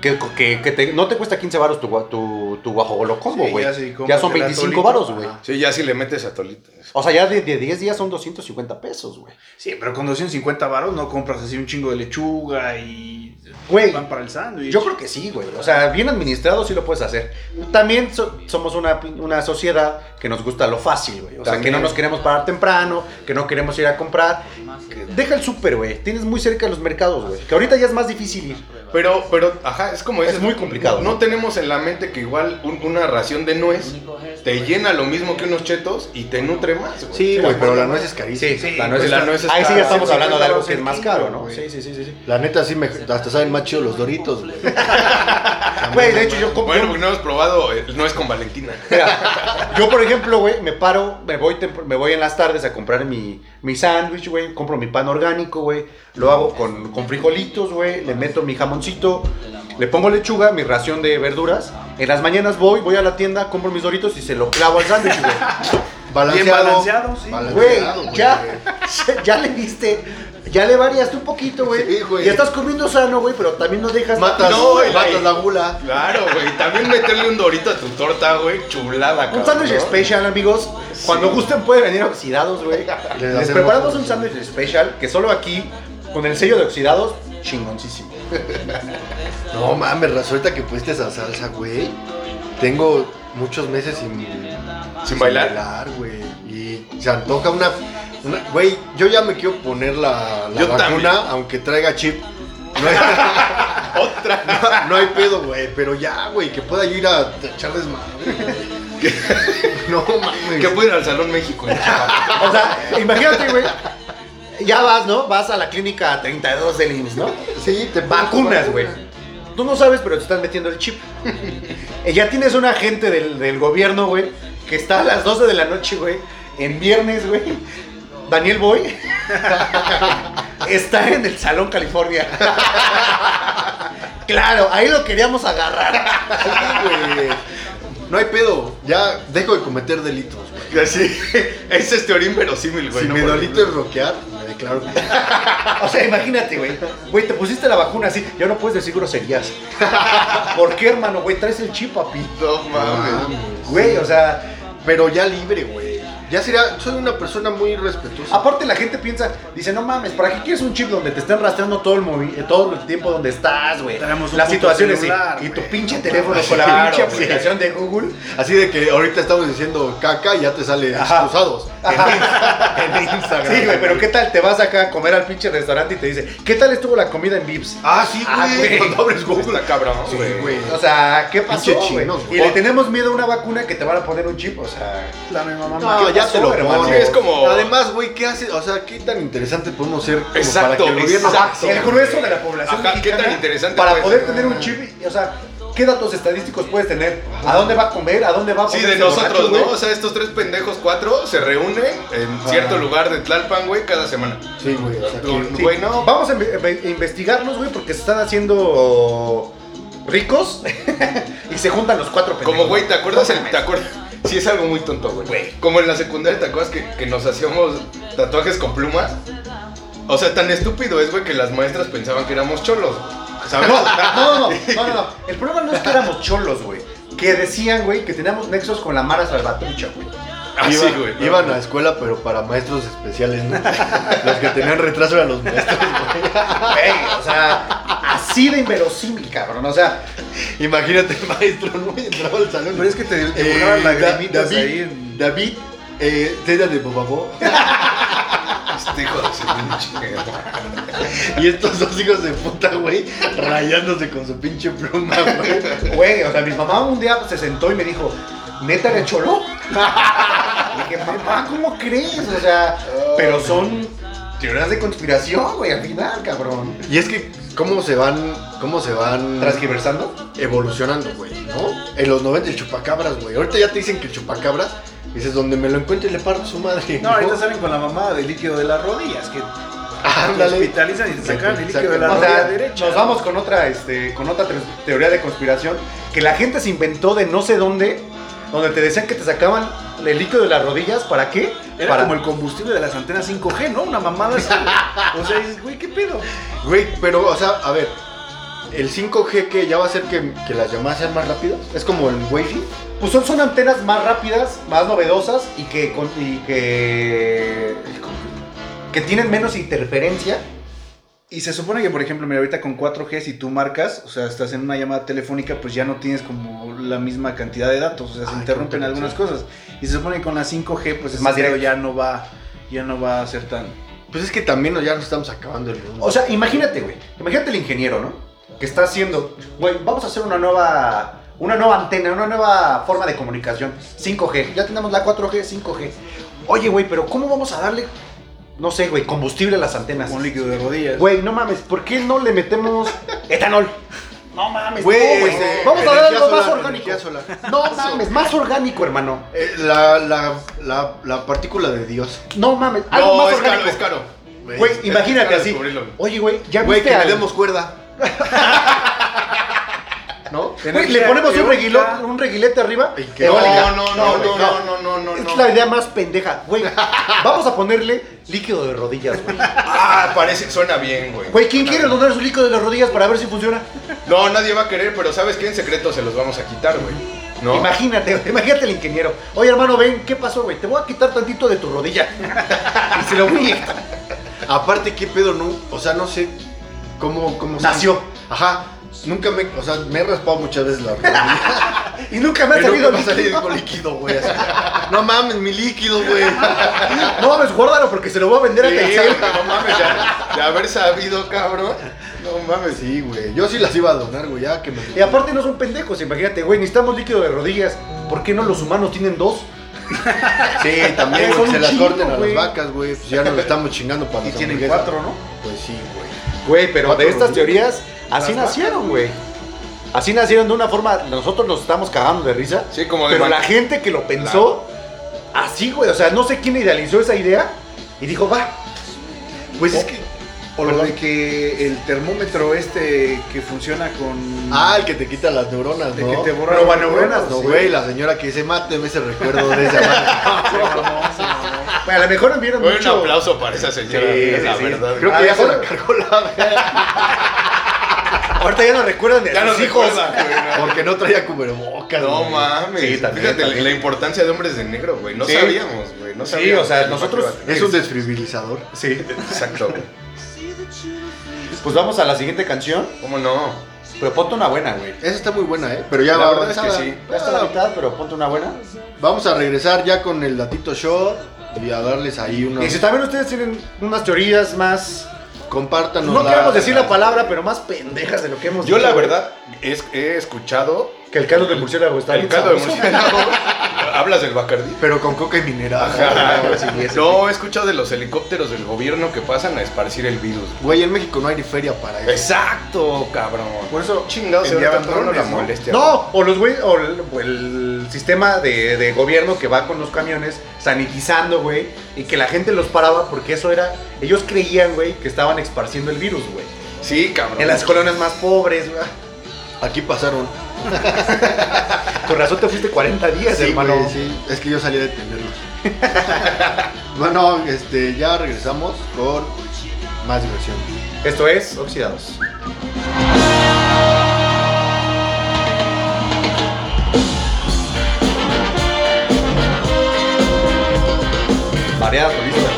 Speaker 5: Que, que, que te- no te cuesta 15 varos tu, gua- tu, tu guajolo combo,
Speaker 6: Sí,
Speaker 5: güey.
Speaker 6: ya
Speaker 5: ya,
Speaker 6: sí, como
Speaker 5: son
Speaker 6: el
Speaker 5: 25
Speaker 6: atolito.
Speaker 5: varos, güey.
Speaker 6: Ajá.
Speaker 4: Sí, ya si le metes a tolitas.
Speaker 5: O sea, ya de, de 10 días son 250 pesos, güey.
Speaker 6: Sí, pero con 250 varos no compras así un chingo de lechuga y
Speaker 5: Güey,
Speaker 6: pan para el sándwich.
Speaker 5: Yo creo que sí, güey. O sea, bien administrado sí lo puedes hacer. También so- somos una, pi- una sociedad que nos gusta lo fácil, güey. O sea, que
Speaker 4: También.
Speaker 5: no nos queremos parar temprano, que no queremos ir a comprar. Deja el súper, güey. Tienes muy cerca los mercados, güey. Que ahorita ya es más difícil ir.
Speaker 4: Pero, pero, ajá, es como
Speaker 5: Es
Speaker 4: dices,
Speaker 5: muy complicado,
Speaker 4: No,
Speaker 5: ¿no?
Speaker 4: tenemos en la mente que igual un- una ración de nuez te llena lo mismo que unos chetos y te nutre más, güey.
Speaker 2: Sí, güey, pero la nuez es carísima.
Speaker 5: la nuez
Speaker 4: pues
Speaker 5: es
Speaker 4: la
Speaker 5: cara.
Speaker 4: nuez es
Speaker 5: Ahí sí
Speaker 4: cara.
Speaker 5: ya estamos
Speaker 6: 150
Speaker 5: hablando de algo que es
Speaker 6: el
Speaker 5: más
Speaker 6: kilo,
Speaker 5: caro, ¿no?
Speaker 6: güey.
Speaker 5: sí, sí, sí.
Speaker 2: La neta, sí, me, hasta saben más chido los doritos, güey.
Speaker 5: Güey, de hecho, yo compro.
Speaker 4: Bueno, porque no hemos probado eh, nuez con Valentina.
Speaker 5: Mira, yo, por ejemplo, güey, me paro, me voy, tempr- me voy en las tardes a comprar mi, mi sándwich, güey, compro mi pan orgánico, güey, lo hago con, con frijolitos, güey, le meto mi jamoncito, le pongo lechuga, mi ración de verduras. En las mañanas voy, voy a la tienda, compro mis doritos y se lo clavo al sándwich, güey.
Speaker 2: Balanceado.
Speaker 6: balanceado, sí.
Speaker 2: Balanceado,
Speaker 5: Güey, ya, ya le diste, ya le variaste un poquito, güey.
Speaker 2: Sí, güey.
Speaker 5: Ya estás comiendo sano, güey, pero también no dejas...
Speaker 2: Matas,
Speaker 4: No, el-
Speaker 2: matas la gula.
Speaker 4: Claro, güey. También meterle un dorito a tu torta, güey. Chulada,
Speaker 5: Un
Speaker 4: cabrón.
Speaker 5: sándwich especial, amigos. Cuando gusten pueden venir oxidados, güey.
Speaker 2: Les
Speaker 5: Les,
Speaker 2: hacemos
Speaker 5: preparamos
Speaker 2: un-
Speaker 5: un sándwich especial que solo aquí, con el sello de oxidados, chingoncísimo.
Speaker 2: No mames, Raz, ahorita que pusiste esa salsa, güey. Tengo muchos meses sin,
Speaker 4: ¿Sin bailar?
Speaker 2: güey. Y se antoja una. una- Güey, yo ya me quiero poner la, la
Speaker 4: Yo
Speaker 2: vacuna,
Speaker 4: también.
Speaker 2: aunque traiga chip. No hay,
Speaker 4: Otra.
Speaker 2: no- no hay pedo, güey. Pero ya, güey, que pueda yo ir a echar desmadre. güey. No mames.
Speaker 4: Que pudiera al Salón México. en Chihuahua.
Speaker 5: O sea, imagínate, güey. Ya vas, ¿no? Vas a la clínica 32 del IMSS, ¿no?
Speaker 2: Sí, te pongo
Speaker 5: Vacunas,
Speaker 2: vacuna.
Speaker 5: güey. Tú no sabes, pero te están metiendo el chip. Eh, ya tienes un agente del, del gobierno, güey, que está a las 12 de la noche, güey, en viernes, güey. Daniel Boy está en el Salón California. claro, ahí lo queríamos agarrar.
Speaker 2: Sí, güey. No hay pedo. Ya dejo de cometer delitos, güey.
Speaker 4: Así. Ese es teoría inverosímil, güey.
Speaker 2: si
Speaker 4: ¿no?
Speaker 2: mi
Speaker 4: Porque-
Speaker 2: delito es roquear, me declaro que.
Speaker 5: O sea, imagínate, güey. Güey, te pusiste la vacuna así. Ya no puedes decir groserías. ¿Por qué, hermano, güey? Traes el chip, papi.
Speaker 4: No mames.
Speaker 2: Mames.
Speaker 5: Güey, o sea,
Speaker 2: Pero ya libre, güey. Ya sería, soy una persona muy respetuosa.
Speaker 5: Aparte la gente piensa, dice, no mames, ¿para qué quieres un chip donde te estén rastreando todo el movi- eh, todo el tiempo donde estás, güey?
Speaker 6: Tenemos un
Speaker 5: Las
Speaker 6: puto
Speaker 5: situaciones y-
Speaker 6: celular,
Speaker 5: y, tu
Speaker 6: güey.
Speaker 5: pinche teléfono con
Speaker 2: Claro,
Speaker 5: la pinche
Speaker 2: güey.
Speaker 5: aplicación de Google.
Speaker 2: Así de que ahorita estamos diciendo caca y ya te sale
Speaker 5: Ajá.
Speaker 2: excusados.
Speaker 5: en Instagram. Sí, güey, pero ¿qué tal te vas acá a comer al pinche restaurante y te dice, ¿qué tal estuvo la comida en Vips?
Speaker 2: Ah, sí,
Speaker 5: Ah, güey.
Speaker 2: güey. Cuando abres Google.
Speaker 4: Está cabrón,
Speaker 2: Sí,
Speaker 4: güey.
Speaker 2: güey.
Speaker 5: O sea, ¿qué pasó,
Speaker 2: Pinche
Speaker 5: güey?
Speaker 2: chinos,
Speaker 5: Y
Speaker 2: güey.
Speaker 5: le tenemos miedo a una vacuna que te van a poner un chip, o sea...
Speaker 6: La misma mamá.
Speaker 2: No,
Speaker 5: ¿Qué
Speaker 2: ya
Speaker 5: pasó,
Speaker 2: te lo
Speaker 5: hermano?
Speaker 2: pones.
Speaker 4: Es como-
Speaker 2: Además, güey, ¿qué haces? O sea, ¿qué tan interesante podemos ser como para
Speaker 4: Exacto,
Speaker 2: que el gobierno...
Speaker 4: exacto.
Speaker 5: El grueso de la población
Speaker 4: Ajá, ¿qué
Speaker 5: mexicana,
Speaker 4: tan interesante
Speaker 5: para
Speaker 4: puede
Speaker 5: poder
Speaker 4: ser?
Speaker 5: tener un chip, y- o sea, ¿qué datos estadísticos puedes tener? ¿A dónde va a comer? ¿A dónde va a
Speaker 4: Sí,
Speaker 5: ponerse
Speaker 4: de nosotros,
Speaker 5: borracho,
Speaker 4: ¿no?
Speaker 5: güey?
Speaker 4: O sea, estos tres pendejos, cuatro, se reúnen en cierto lugar de Tlalpan, güey, cada semana.
Speaker 2: Sí, güey. o sea, que-
Speaker 5: Sí.
Speaker 4: Güey, no.
Speaker 5: Vamos a inve- inve- investigarlos, güey, porque se están haciendo ricos y se juntan los cuatro pendejos.
Speaker 4: Como, güey, ¿te acuerdas? el-
Speaker 5: No mames.
Speaker 4: ¿Te acuerdas? Sí, es algo muy tonto, güey. Como en la secundaria, ¿te acuerdas que, que nos hacíamos tatuajes con plumas? O sea, tan estúpido es, güey, que las maestras pensaban que éramos cholos. ¿Sabes?
Speaker 5: Ah, No, no, no, no, no, no. El problema no es que éramos cholos, güey. Que decían, güey, que teníamos nexos con la Mara Salvatrucha, güey.
Speaker 4: Así,
Speaker 2: iban,
Speaker 4: güey. ¿no?
Speaker 2: Iban a escuela, pero para maestros especiales. ¿no? los que tenían retraso eran los maestros.
Speaker 5: Güey, o sea, así de inverosímil, cabrón. O sea,
Speaker 2: Imagínate el maestro, ¿no? Y entraba al salón.
Speaker 6: Pero es que te
Speaker 2: Eh,
Speaker 6: dibujaban
Speaker 2: Da-
Speaker 6: lagrimitas
Speaker 2: David,
Speaker 6: ahí en-
Speaker 2: David, eh, tela de papabó.
Speaker 4: Este hijo de su pinche madre.
Speaker 2: Y estos dos hijos de puta, güey, rayándose con su pinche pluma, güey.
Speaker 5: Güey, o sea, mi mamá un día se sentó y me dijo, ¿neta eres cholo? Y dije, mamá, ¿cómo crees? O sea, pero son teorías de conspiración, güey, al final, cabrón.
Speaker 2: Y es que, ¿cómo se van, cómo se van
Speaker 5: ¿Transgiversando?
Speaker 2: evolucionando, güey, no? En los 90 el chupacabras, güey. Ahorita ya te dicen que el chupacabras, dices, donde me lo encuentre le parto su madre.
Speaker 6: No, ahorita salen con la mamá de líquido de las rodillas, que te
Speaker 2: Ándale.
Speaker 6: hospitalizan y te sacan el líquido de la
Speaker 5: O
Speaker 6: rodilla
Speaker 5: sea,
Speaker 6: derecha.
Speaker 5: nos vamos con otra, este, con otra tres- teoría de conspiración que la gente se inventó de no sé dónde, donde te decían que te sacaban el líquido de las rodillas, ¿para qué?
Speaker 6: Era
Speaker 5: Para
Speaker 6: como el combustible de las antenas 5G, ¿no? Una mamada así. güey. O sea, dices, güey, ¿qué pedo?
Speaker 2: Güey, pero, o sea, a ver, el 5G que ya va a hacer que, que las llamadas sean más rápidas, es como el Wi-Fi.
Speaker 5: Pues son, son antenas más rápidas, más novedosas y que, con- y que, que tienen menos interferencia.
Speaker 6: Y se supone que, por ejemplo, mira, ahorita con 4G, si tú marcas, o sea, estás en una llamada telefónica, pues ya no tienes como la misma cantidad de datos, o
Speaker 5: Ah,
Speaker 6: sea, se
Speaker 2: Ay,
Speaker 6: interrumpen
Speaker 2: qué
Speaker 6: algunas cosas. Y se supone que con la 5G, pues
Speaker 5: Es
Speaker 6: ese
Speaker 5: más
Speaker 6: pedo
Speaker 5: directo.
Speaker 6: ya no va, ya no va a ser tan.
Speaker 2: Pues es que también ya nos estamos acabando el mundo.
Speaker 5: O sea, imagínate, güey. Imagínate el ingeniero, ¿no? Que está haciendo, güey, vamos a hacer una nueva, una nueva antena, una nueva forma de comunicación. 5G. Ya tenemos la 4G, 5G. Oye, güey, pero ¿cómo vamos a darle, no sé, güey, combustible a las antenas?
Speaker 6: Con líquido de rodillas.
Speaker 5: Güey, no mames, ¿por qué no le metemos etanol? No mames,
Speaker 2: Güey,
Speaker 5: Pues no, güey.
Speaker 2: eh,
Speaker 5: Vamos a
Speaker 2: energía
Speaker 5: darle algo más
Speaker 2: solar,
Speaker 5: orgánico.
Speaker 2: energía solar.
Speaker 5: No mames, más orgánico, hermano.
Speaker 2: Eh, la, la, la, la partícula de Dios.
Speaker 5: No mames, algo
Speaker 4: No,
Speaker 5: más
Speaker 4: es caro,
Speaker 5: orgánico.
Speaker 4: es caro.
Speaker 5: Güey,
Speaker 2: Güey,
Speaker 5: imagínate
Speaker 4: caro
Speaker 5: así.
Speaker 4: descubrirlo.
Speaker 5: Oye, güey, ya
Speaker 2: güey,
Speaker 5: viste
Speaker 2: que le
Speaker 5: al-
Speaker 2: demos cuerda. ¿No?
Speaker 5: Güey, le ponemos un, reguilo- un reguilete arriba. Eh,
Speaker 2: Y que-
Speaker 5: eólica.
Speaker 4: No, no, no,
Speaker 5: güey,
Speaker 4: no, no, no, no, no,
Speaker 5: Es
Speaker 4: no.
Speaker 5: la idea más pendeja, güey. Vamos a ponerle líquido de rodillas, güey.
Speaker 4: Ah, parece, suena bien, güey.
Speaker 5: Güey, ¿quién
Speaker 4: Suena
Speaker 5: quiere
Speaker 4: bien.
Speaker 5: donar su líquido de las rodillas para ver si funciona?
Speaker 4: No, nadie va a querer, pero ¿sabes qué? En secreto se los vamos a quitar, güey. ¿No?
Speaker 5: Imagínate, güey, imagínate el ingeniero. Oye, hermano, ven, ¿qué pasó, güey? Te voy a quitar tantito de tu rodilla. y se lo voy a inyectar.
Speaker 2: Aparte, qué pedo, no. O sea, no sé cómo, cómo se-
Speaker 5: Nació.
Speaker 2: Ajá. Nunca me. O sea, me he raspado muchas veces la rodilla.
Speaker 5: Y nunca me ha
Speaker 2: Pero
Speaker 5: salido
Speaker 2: me ha salido
Speaker 5: líquido.
Speaker 2: con líquido, güey. así. No mames, mi líquido, güey.
Speaker 5: No, pues guárdalo porque se lo voy a vender a
Speaker 4: Sí,
Speaker 5: Telcel.
Speaker 4: güey, no mames, ya, de haber sabido, cabrón.
Speaker 2: No mames, sí, güey. Yo sí las iba a donar, güey. Ya que me.
Speaker 5: Y aparte no son pendejos, imagínate, güey, necesitamos líquido de rodillas. ¿Por qué no los humanos tienen dos?
Speaker 2: Sí, también,
Speaker 5: Son
Speaker 2: güey. que Se
Speaker 5: un
Speaker 2: las
Speaker 5: chingo,
Speaker 2: corten a
Speaker 5: güey.
Speaker 2: las vacas, güey. Pues ya nos estamos chingando para
Speaker 5: Y
Speaker 2: las
Speaker 5: tienen
Speaker 2: hamburguesas.
Speaker 5: cuatro, ¿no?
Speaker 2: Pues sí, güey.
Speaker 5: Güey, pero
Speaker 2: Cuatro
Speaker 5: de estas
Speaker 2: rodillas.
Speaker 5: teorías, así
Speaker 2: Las
Speaker 5: nacieron, güey. Así nacieron de una forma, nosotros nos estamos cagando de risa.
Speaker 4: Sí, como de
Speaker 5: Pero
Speaker 4: man-
Speaker 5: la gente que lo pensó, así, güey. O sea, no sé quién idealizó esa idea y dijo, va.
Speaker 2: Pues
Speaker 4: Oh.
Speaker 2: es que.
Speaker 6: O lo de que el termómetro este que funciona con.
Speaker 2: Ah, el que te quita las neuronas,
Speaker 6: De
Speaker 2: ¿no?
Speaker 6: que te borra
Speaker 2: Roba
Speaker 6: las
Speaker 2: neuronas,
Speaker 6: neuronas,
Speaker 2: no,
Speaker 6: sí.
Speaker 2: güey. La señora que dice, máteme ese recuerdo de esa madre.
Speaker 5: Güey, a lo mejor enviaron
Speaker 4: Güey, un
Speaker 5: mucho.
Speaker 4: aplauso para esa señora,
Speaker 5: Sí,
Speaker 4: la
Speaker 5: sí, sí.
Speaker 4: verdad.
Speaker 2: Creo
Speaker 5: Ah,
Speaker 2: que ya
Speaker 5: ya
Speaker 2: se
Speaker 5: fue.
Speaker 2: la cargó la
Speaker 5: Ahorita ya no recuerdan de
Speaker 4: Ya
Speaker 5: sus
Speaker 4: nos
Speaker 5: hijos.
Speaker 4: recuerdan, güey.
Speaker 2: Porque no traía cubrebocas.
Speaker 4: No
Speaker 2: güey.
Speaker 4: mames.
Speaker 5: Sí, también,
Speaker 4: Fíjate
Speaker 5: también.
Speaker 4: la importancia de hombres de negro, güey. No
Speaker 5: Sí.
Speaker 4: sabíamos, güey. No
Speaker 5: Sí,
Speaker 4: sabíamos
Speaker 5: o sea,
Speaker 4: que el
Speaker 5: nosotros-
Speaker 4: impacto iba a
Speaker 2: Es un
Speaker 4: tener.
Speaker 2: desfibrilador.
Speaker 5: Sí.
Speaker 4: Exacto, güey.
Speaker 5: Pues vamos a la siguiente canción.
Speaker 4: ¿Cómo no?
Speaker 5: Pero ponte una buena, güey.
Speaker 2: Esa está muy buena, ¿eh? Pero ya
Speaker 4: La
Speaker 2: va
Speaker 4: verdad es que
Speaker 2: avanzada.
Speaker 4: sí.
Speaker 5: Ya está la mitad, pero ponte una buena.
Speaker 2: Vamos a regresar ya con el datito short y a darles ahí una.
Speaker 5: Y si también ustedes tienen unas teorías más.
Speaker 2: Compártanos.
Speaker 5: no
Speaker 2: la-
Speaker 5: queremos decir la palabra, pero más pendejas de lo que hemos
Speaker 4: Yo
Speaker 5: dicho,
Speaker 4: la
Speaker 5: güey.
Speaker 4: verdad es, he escuchado
Speaker 5: Que el caldo de murciélago está
Speaker 4: el
Speaker 5: bien
Speaker 4: caldo de
Speaker 5: sabroso.
Speaker 4: murciélago. ¿Hablas del Bacardí?
Speaker 2: Pero con coca y mineral.
Speaker 4: No, he escuchado de los helicópteros del gobierno que pasan a esparcir el virus.
Speaker 2: Güey, en México no hay ni feria para eso.
Speaker 4: Exacto, cabrón.
Speaker 2: Por eso
Speaker 4: chingados se
Speaker 2: enviaban
Speaker 4: tanto la
Speaker 2: drones, ¿no?
Speaker 4: molestia.
Speaker 5: No, o los güey, o el, o el sistema de, de gobierno que va con los camiones sanitizando, güey, y que la gente los paraba porque eso era, ellos creían, güey, que estaban esparciendo el virus, güey.
Speaker 4: Sí, cabrón.
Speaker 5: En las colonias más pobres, güey.
Speaker 2: Aquí pasaron.
Speaker 5: Con razón te fuiste 40 días,
Speaker 2: Sí,
Speaker 5: hermano.
Speaker 2: güey, sí. Es que yo salí a detenerlos. bueno, este, ya regresamos con más diversión.
Speaker 5: Esto es Oxidados. Variadas listas.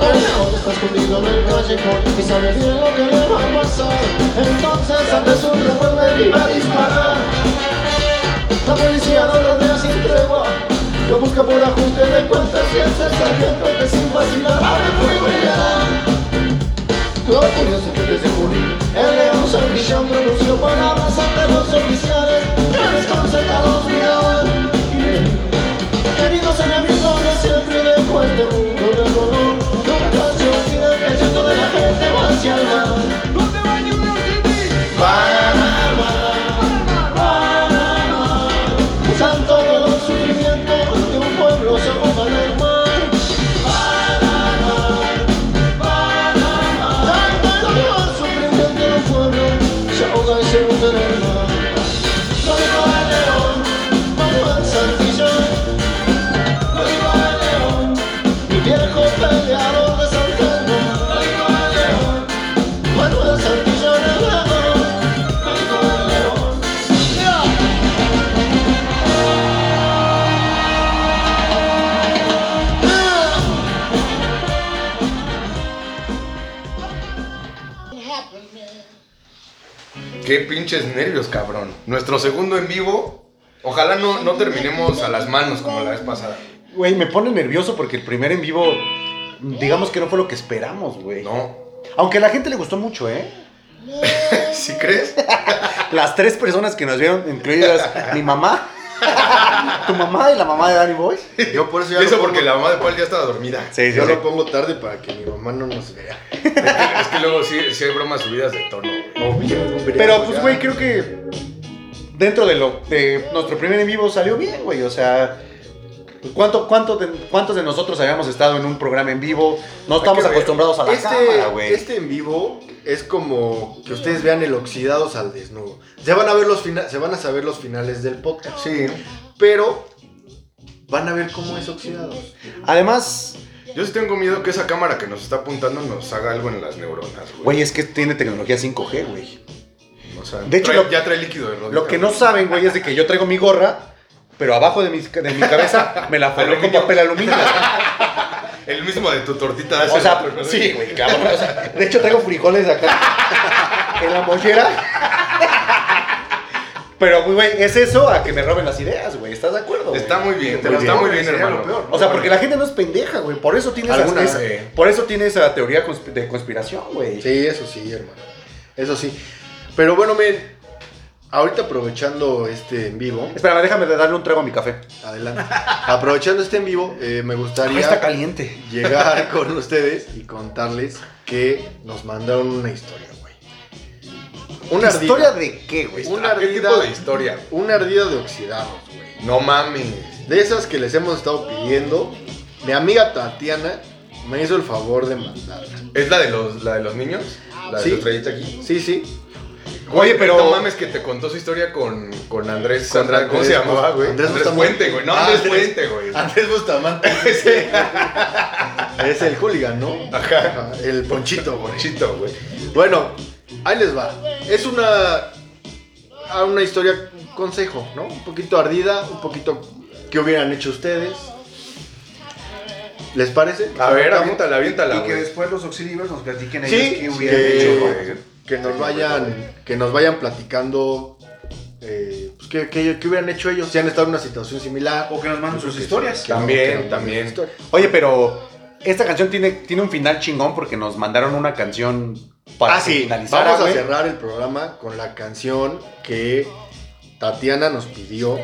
Speaker 7: El león está escondido en el callejón y sabe bien lo que le va a pasar. Entonces abre su revólver y va a disparar. La policía no lo vea sin tregua. Lo busca por ajuste de cuentas y es el sargento que sin vacilar abre fuego y le da. Lo curioso es que desde junio el león Servillón pronunció palabras ante los oficiales que desconcertados miraban. Queridos enemigos de siempre dejo este mundo de dolor Nunca se olvida que el llanto de la gente va hacia el mar Panamá, Panamá Usan todos los sufrimientos de un pueblo se ahogan al mar Panamá, Panamá Tanto dolor, sufrimiento de un pueblo se ahoga y se hunde en el mar Viva el león, viva el Santillán ¡Arriba el león! Mi viejo peleador de Santana ¡Arriba el león! Manuel Santillán Herrero ¡Arriba el león! ¡Ya! ¡Ya!
Speaker 4: Qué pinches nervios, cabrón. Nuestro segundo en vivo. Ojalá no, no terminemos a las manos como la vez pasada.
Speaker 5: Güey, me pone nervioso porque el primer en vivo, digamos que no fue lo que esperamos, güey.
Speaker 4: No.
Speaker 5: Aunque a la gente le gustó mucho, ¿eh?
Speaker 4: ¿Sí crees?
Speaker 5: Las tres personas que nos vieron, incluidas mi mamá, tu mamá y la mamá de Danny Boy.
Speaker 2: Yo por eso
Speaker 4: Y
Speaker 2: ya
Speaker 4: eso
Speaker 2: lo
Speaker 4: porque
Speaker 2: pongo-
Speaker 4: la mamá de Paul ya estaba dormida.
Speaker 5: Sí,
Speaker 2: yo lo pongo tarde para que mi mamá no nos vea.
Speaker 4: Es que luego sí, sí hay bromas subidas de tono. güey.
Speaker 5: Pero pues, güey, creo que dentro de lo de nuestro primer en vivo salió bien, güey. O sea, ¿cuánto, cuánto de- ¿cuántos de nosotros habíamos estado en un programa en vivo? No estamos
Speaker 4: que ver.
Speaker 5: acostumbrados a la cámara, güey.
Speaker 2: Este, este en vivo es como que ustedes vean el oxidados al desnudo. Se van a ver los fina- se van a saber los finales del podcast.
Speaker 4: Sí.
Speaker 2: Pero van a ver cómo es oxidados.
Speaker 5: Además,
Speaker 4: Yo sí tengo miedo que esa cámara que nos está apuntando nos haga algo en las neuronas, güey.
Speaker 5: güey, es que tiene tecnología 5G, güey.
Speaker 4: O sea,
Speaker 5: De hecho,
Speaker 4: trae-
Speaker 5: lo-
Speaker 4: ya trae líquido de rodilla,
Speaker 5: Lo que
Speaker 4: güey.
Speaker 5: no saben, güey, es de que yo traigo mi gorra, pero abajo de mi, de mi cabeza me la forré con
Speaker 4: Aluminio.
Speaker 5: papel aluminio.
Speaker 4: El mismo de tu tortita.
Speaker 5: O sea, sí, güey, cabrón. o sea, de hecho, traigo frijoles acá en la mollera. Pero, güey, es eso a que me roben las ideas, güey. ¿Estás de acuerdo? güey?
Speaker 4: Está muy bien,
Speaker 5: Muy
Speaker 4: está
Speaker 5: bien.
Speaker 4: muy bien,
Speaker 2: Sería
Speaker 4: hermano.
Speaker 2: lo peor.
Speaker 5: O sea, porque la gente no es pendeja, güey. Por eso tiene, esas-
Speaker 4: Alguna,
Speaker 5: esa-
Speaker 4: eh.
Speaker 5: por eso tiene esa teoría consp- de conspiración, güey.
Speaker 2: Sí, eso sí, hermano. Eso sí. Pero bueno, miren, ahorita aprovechando este en vivo,
Speaker 5: Espérame, déjame de darle un trago a mi café.
Speaker 2: adelante. Aprovechando este en vivo, eh, me gustaría
Speaker 5: Está caliente.
Speaker 2: llegar con ustedes y contarles que nos mandaron una historia, güey. Una
Speaker 5: ¿Historia
Speaker 2: ardida.
Speaker 5: de qué, güey?
Speaker 2: Una
Speaker 4: Ah, ¿Qué
Speaker 2: ardida-
Speaker 4: tipo de historia? güey?
Speaker 2: Una ardida de oxidados, güey.
Speaker 4: No mames.
Speaker 2: De esas que les hemos estado pidiendo, mi amiga Tatiana me hizo el favor de mandarla.
Speaker 4: ¿Es la de los, la de los niños? ¿La de
Speaker 2: Sí.
Speaker 4: tu estrellita aquí?
Speaker 2: Sí, sí.
Speaker 4: Oye,
Speaker 2: Oye,
Speaker 4: pero.
Speaker 2: pero-
Speaker 4: No mames, que te contó su historia con, con Andrés. Sandra, ¿Cómo se
Speaker 2: Andrés
Speaker 4: llamaba,
Speaker 2: Bus-
Speaker 4: güey?
Speaker 2: Andrés
Speaker 4: Andrés,
Speaker 2: Bustamante.
Speaker 4: Fuente, güey. No,
Speaker 2: Ah,
Speaker 4: Andrés
Speaker 2: Andrés-
Speaker 4: Fuente, güey.
Speaker 2: Andrés Bustamante. Es el hooligan, ¿no? Ajá. El ponchito, güey.
Speaker 4: Chito, güey.
Speaker 2: Bueno, ahí les va. Es una. a Una historia, un consejo, ¿no? Un poquito ardida, un poquito. ¿Qué hubieran hecho ustedes? ¿Les parece?
Speaker 4: A ver, aviéntala, aviéntala,
Speaker 6: Y que
Speaker 4: güey.
Speaker 6: después los auxilios nos platiquen ellos
Speaker 2: Sí,
Speaker 6: qué hubieran hecho, güey.
Speaker 4: Eh,
Speaker 2: que, que nos vayan, que nos vayan platicando eh, pues, qué, qué- qué hubieran hecho ellos si han estado en una situación similar.
Speaker 6: O que nos manden sus
Speaker 2: Que-
Speaker 6: historias.
Speaker 2: que no-
Speaker 4: También,
Speaker 2: que no-
Speaker 4: también.
Speaker 2: historia.
Speaker 5: Oye, pero esta canción tiene, tiene un final chingón porque nos mandaron una canción para
Speaker 2: ah,
Speaker 5: que
Speaker 2: sí.
Speaker 5: finalizara,
Speaker 2: Vamos a
Speaker 5: güey.
Speaker 2: cerrar el programa con la canción que Tatiana nos pidió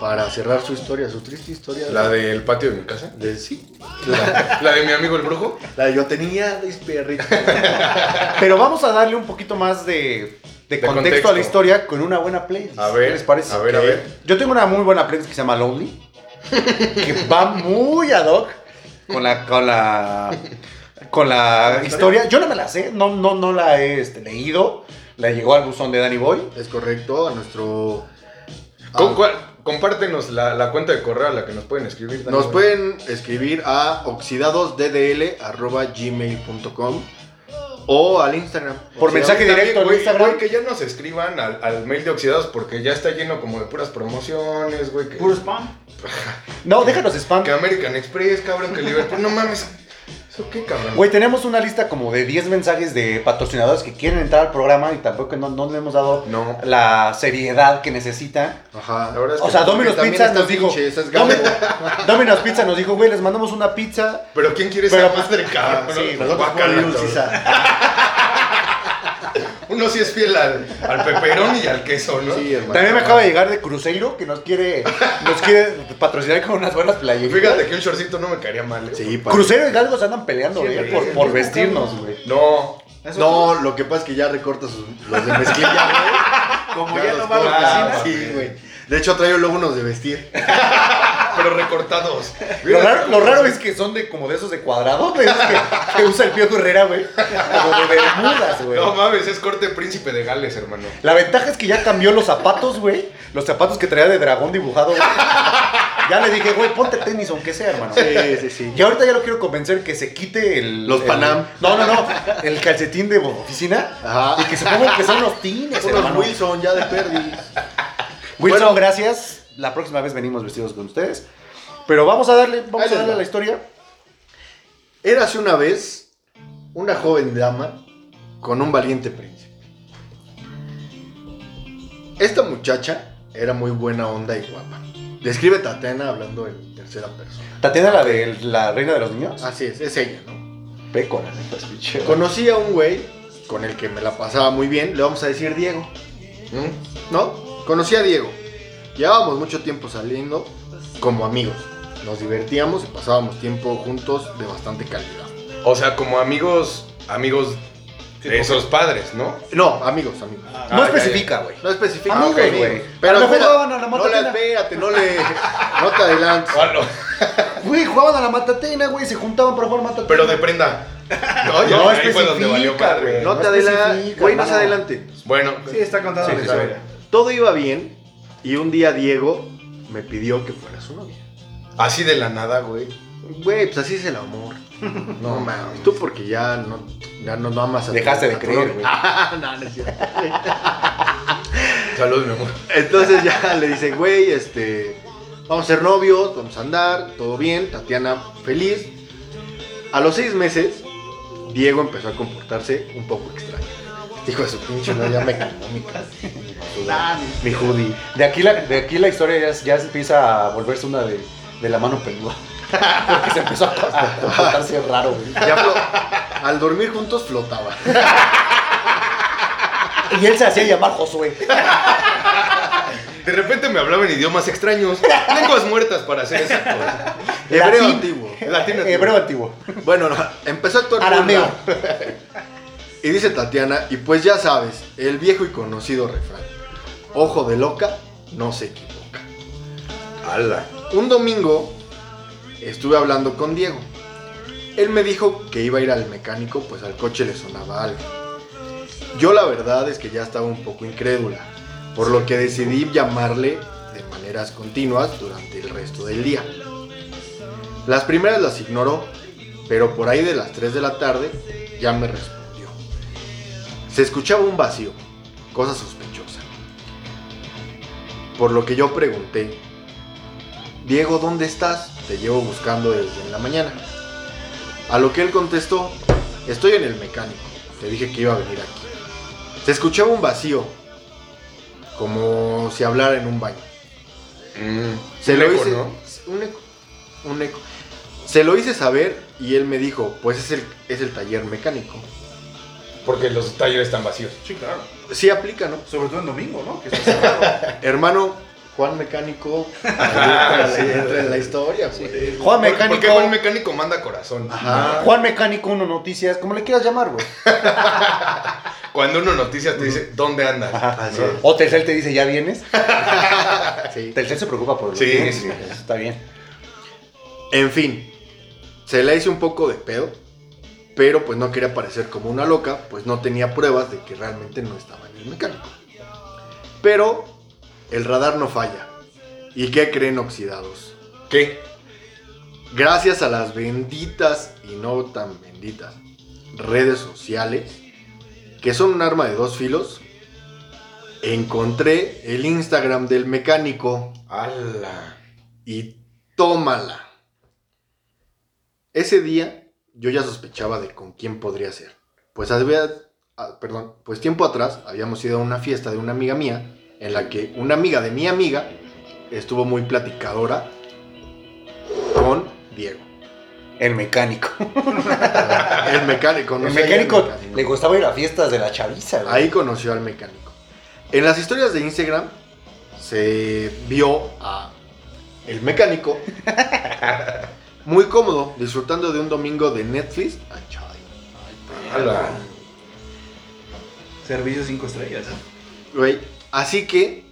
Speaker 2: para cerrar su historia, su triste historia.
Speaker 4: La del patio de mi casa.
Speaker 2: de- sí. La,
Speaker 4: La de mi amigo el brujo.
Speaker 2: la de yo tenía de perritos.
Speaker 5: Pero vamos a darle un poquito más de, de
Speaker 4: De
Speaker 5: contexto,
Speaker 4: contexto.
Speaker 5: a la historia con una buena playlist.
Speaker 4: A ver,
Speaker 5: ¿Qué les parece?
Speaker 4: a ver, a
Speaker 5: Ok.
Speaker 4: ver.
Speaker 5: Yo tengo una muy buena playlist que se llama Lonely, que va muy ad hoc con la, con la, con la historia. Yo no me la sé, no, no, no la he este, leído. La llegó al buzón de Danny Boy.
Speaker 2: Es correcto, a nuestro.
Speaker 4: ¿Con
Speaker 2: a-
Speaker 4: cuál? Compártenos la, la cuenta de correo a la que nos pueden escribir.
Speaker 2: Nos
Speaker 4: Dani,
Speaker 2: pueden escribir a oxidadosddl.gmail.com o al Instagram.
Speaker 5: Por
Speaker 2: Oxidados-
Speaker 5: mensaje
Speaker 4: También,
Speaker 5: directo en
Speaker 4: güey,
Speaker 5: Instagram.
Speaker 4: güey, que ya nos escriban al, al mail de Oxidados porque ya está lleno como de puras promociones, güey. Que,
Speaker 6: Puro spam.
Speaker 5: No, déjanos spam.
Speaker 4: que American Express, cabrón, que Liverpool. No mames. ¿Eso qué, cabrón?
Speaker 5: Güey, tenemos una lista como de 10 mensajes de patrocinadores que quieren entrar al programa y tampoco no, no le hemos dado
Speaker 4: No.
Speaker 5: la seriedad que necesita.
Speaker 2: Ajá.
Speaker 4: La verdad es
Speaker 5: O
Speaker 4: que
Speaker 5: sea,
Speaker 4: no.
Speaker 5: Domino's
Speaker 2: también
Speaker 5: Pizza
Speaker 2: está
Speaker 5: nos dijo.
Speaker 2: pinche, esa es Gabo.
Speaker 5: Domi- Domino's Pizza nos dijo, güey, les mandamos una pizza.
Speaker 4: Pero ¿quién quiere
Speaker 5: Pero, pues,
Speaker 4: esa madre,
Speaker 2: Ah,
Speaker 4: cabrón?
Speaker 2: sí,
Speaker 4: Guácala,
Speaker 2: nosotros con Little
Speaker 4: cabrón.
Speaker 2: Caesar.
Speaker 4: Uno sí es fiel al, al peperón y al queso, ¿no?
Speaker 2: Sí, hermano.
Speaker 5: También me acaba de llegar de Cruzeiro que nos quiere, nos quiere patrocinar con unas buenas playeritas.
Speaker 4: Fíjate que un shortcito no me caería mal. ¿eh?
Speaker 2: Sí, para-
Speaker 5: Cruzeiro y Galgos andan peleando, güey,
Speaker 6: Siempre,
Speaker 5: por,
Speaker 6: siempre.
Speaker 5: por vestirnos, güey.
Speaker 4: No.
Speaker 6: Eso-
Speaker 2: No, lo que pasa es que ya recorta sus, los de mezclilla,
Speaker 6: Como
Speaker 2: güey.
Speaker 6: ya no va a la
Speaker 2: corta,
Speaker 6: oficina.
Speaker 2: Sí, Ah, güey. De hecho, traigo luego unos de vestir.
Speaker 4: Pero recortados.
Speaker 5: Lo raro, lo raro es que son de como de esos de cuadrado, güey, esos que, que usa el Pío Herrera, güey. Como de bermudas, güey.
Speaker 4: No mames, es corte príncipe de Gales, hermano.
Speaker 5: La ventaja es que ya cambió los zapatos, güey. Los zapatos que traía de dragón dibujado, güey. Ya le dije, güey, ponte tenis aunque sea, hermano.
Speaker 2: Sí, sí, sí.
Speaker 5: Y ahorita ya lo quiero convencer que se quite el.
Speaker 2: Los
Speaker 5: el-
Speaker 2: Panam.
Speaker 5: No, no, no. El calcetín de oficina.
Speaker 2: Ajá.
Speaker 5: Y que se pongan que son los tines,
Speaker 2: Unos
Speaker 5: hermano. Wilson,
Speaker 2: Wilson ya de perdiz.
Speaker 5: Wilson, gracias. La próxima vez venimos vestidos con ustedes. Pero vamos a darle, vamos
Speaker 2: Ahí
Speaker 5: a
Speaker 2: les
Speaker 5: darle
Speaker 2: va.
Speaker 5: la historia.
Speaker 2: Érase una vez una joven dama con un valiente príncipe. Esta muchacha era muy buena onda y guapa. Describe Tatiana hablando en tercera persona.
Speaker 5: Tatiana, la de la reina de los niños.
Speaker 2: Así es, es ella, ¿no?
Speaker 5: Pécora, neta, es pinche.
Speaker 2: Conocí a un güey con el que me la pasaba muy bien, le vamos a decir Diego,
Speaker 4: ¿Mm?
Speaker 2: ¿no? Conocí a Diego. Llevábamos mucho tiempo saliendo como amigos. Nos divertíamos y pasábamos tiempo juntos de bastante calidad.
Speaker 4: O sea, como amigos, amigos de esos padres, ¿no?
Speaker 2: No, amigos, amigos.
Speaker 5: No
Speaker 4: Ah, ya,
Speaker 5: especifica, güey.
Speaker 2: No especifica.
Speaker 5: Amigos,
Speaker 2: ok, amigo.
Speaker 5: güey. A
Speaker 2: Pero
Speaker 5: lo mejor
Speaker 2: espera,
Speaker 5: jugaban a la
Speaker 2: no le
Speaker 5: matatena.
Speaker 2: espérate, no le. No te adelantes.
Speaker 4: Ah, no.
Speaker 5: Güey, jugaban a la matatena, güey. Se juntaban para jugar matatena.
Speaker 4: Pero de prenda. No,
Speaker 5: No,
Speaker 4: ahí fue donde
Speaker 5: especifica,
Speaker 4: valió
Speaker 5: güey.
Speaker 4: padre.
Speaker 2: No
Speaker 5: no
Speaker 2: te adelantes.
Speaker 5: especifica,
Speaker 2: Güey, no se
Speaker 5: no.
Speaker 2: adelante.
Speaker 4: Bueno,
Speaker 6: Sí, está contando
Speaker 5: Sí,
Speaker 6: la
Speaker 5: sí,
Speaker 6: historia.
Speaker 2: Todo iba bien y un día Diego me pidió que fuera su novia.
Speaker 4: así de la nada, güey.
Speaker 2: Güey, pues así es el amor. No mames. Tú porque ya no, ya no amas a tu-
Speaker 5: Dejaste de
Speaker 2: a tu
Speaker 5: creer,
Speaker 2: novia.
Speaker 5: güey.
Speaker 2: Ah, no, no es cierto.
Speaker 4: Salud, mi amor.
Speaker 2: Entonces ya le dice, güey, este, vamos a ser novios, vamos a andar, todo bien, Tatiana feliz. A los seis meses, Diego empezó a comportarse un poco extraño. Este Hijo de su pinche, no, ya me calmó mi casa.
Speaker 5: Ah,
Speaker 2: Mi hoodie.
Speaker 5: De aquí la, de aquí la historia ya, es- ya empieza a volverse una de, de la mano peluda. Porque se empezó a a comportarse raro, güey.
Speaker 2: Ya flo- al dormir juntos flotaba.
Speaker 5: Y él se hacía llamar Josué.
Speaker 4: De repente me hablaban idiomas extraños. Lenguas muertas, para ser exacto.
Speaker 2: Hebreo
Speaker 5: Latín.
Speaker 2: antiguo.
Speaker 4: Latino.
Speaker 5: Hebreo antiguo.
Speaker 2: Bueno, no, empezó a actuar por un
Speaker 5: Arameo.
Speaker 2: lado. Y dice Tatiana, y pues ya sabes, el viejo y conocido refrán. Ojo de loca, no se equivoca.
Speaker 4: Ala.
Speaker 2: Un domingo estuve hablando con Diego. Él me dijo que iba a ir al mecánico, pues al coche le sonaba algo. Yo la verdad es que ya estaba un poco incrédula, por lo que decidí llamarle de maneras continuas durante el resto del día. Las primeras las ignoró, pero por ahí de las 3 de la tarde ya me respondió. Se escuchaba un vacío, cosa sospechosa. Por lo que yo pregunté, Diego, ¿dónde estás? Te llevo buscando desde la mañana. A lo que él contestó, estoy en el mecánico, te dije que iba a venir aquí. Se escuchaba un vacío, como si hablara en un baño.
Speaker 4: Mm,
Speaker 2: Se
Speaker 4: un
Speaker 2: lo
Speaker 4: eco,
Speaker 2: hice.
Speaker 4: ¿no?
Speaker 2: Un eco. Un eco. Se lo hice saber y él me dijo, pues es el, es el taller mecánico.
Speaker 4: Porque los talleres están vacíos.
Speaker 6: Sí, claro.
Speaker 2: Sí aplica, ¿no?
Speaker 6: Sobre todo en domingo, ¿no? Que está cerrado.
Speaker 2: Hermano, Juan Mecánico entra en la- entra en la historia, güey.
Speaker 5: Juan
Speaker 4: ¿Por- ¿Por qué
Speaker 5: Mecánico.
Speaker 4: Juan Mecánico manda corazón?
Speaker 2: Ajá.
Speaker 5: Juan Mecánico, uno noticias, como le quieras llamar, güey.
Speaker 4: Cuando uno noticias te dice, ¿dónde andas?
Speaker 2: Así es.
Speaker 5: O Telcel te dice, ¿ya vienes?
Speaker 2: Sí.
Speaker 5: Telcel se preocupa por los
Speaker 4: Sí,
Speaker 5: niños,
Speaker 4: sí.
Speaker 5: Está bien.
Speaker 2: En fin, se la hice un poco de pedo, pero pues no quería parecer como una loca, pues no tenía pruebas de que realmente no estaba en el mecánico. Pero el radar no falla. ¿Y qué creen oxidados?
Speaker 4: ¿Qué?
Speaker 2: Gracias a las benditas y no tan benditas redes sociales, que son un arma de dos filos, encontré el Instagram del mecánico
Speaker 4: ¡Hala!
Speaker 2: y tómala. Ese día yo ya sospechaba de con quién podría ser. Pues había, ah, perdón, pues tiempo atrás habíamos ido a una fiesta de una amiga mía en la que una amiga de mi amiga estuvo muy platicadora con Diego.
Speaker 5: El mecánico.
Speaker 2: El mecánico, no
Speaker 5: el
Speaker 2: sé,
Speaker 5: mecánico
Speaker 2: mecánico.
Speaker 5: le gustaba ir a fiestas de la chaviza, güey.
Speaker 2: Ahí conoció al mecánico. En las historias de Instagram se vio a el mecánico muy cómodo disfrutando de un domingo de Netflix. Ay, chale.
Speaker 4: ¡Hala!
Speaker 6: Servicio cinco estrellas.
Speaker 2: Güey, Así que,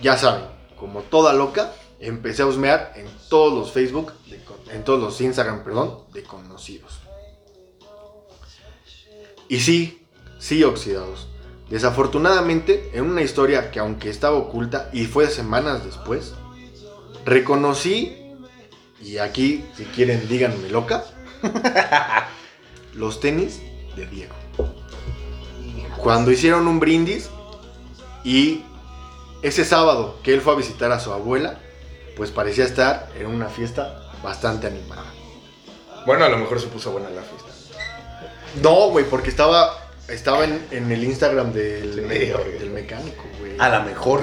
Speaker 2: ya saben, como toda loca, empecé a husmear en todos los Facebook, de con- en todos los Instagram, perdón, de conocidos. Y sí, sí, oxidados. Desafortunadamente, en una historia que aunque estaba oculta y fue semanas después, reconocí, y aquí, si quieren, díganme loca, los tenis de Diego cuando hicieron un brindis y ese sábado que él fue a visitar a su abuela, pues parecía estar en una fiesta bastante animada.
Speaker 4: Bueno, a lo mejor se puso buena la fiesta.
Speaker 2: No, güey, porque estaba, estaba en, en el Instagram del,
Speaker 4: Sí,
Speaker 2: del,
Speaker 4: güey.
Speaker 2: mecánico, güey.
Speaker 5: A lo mejor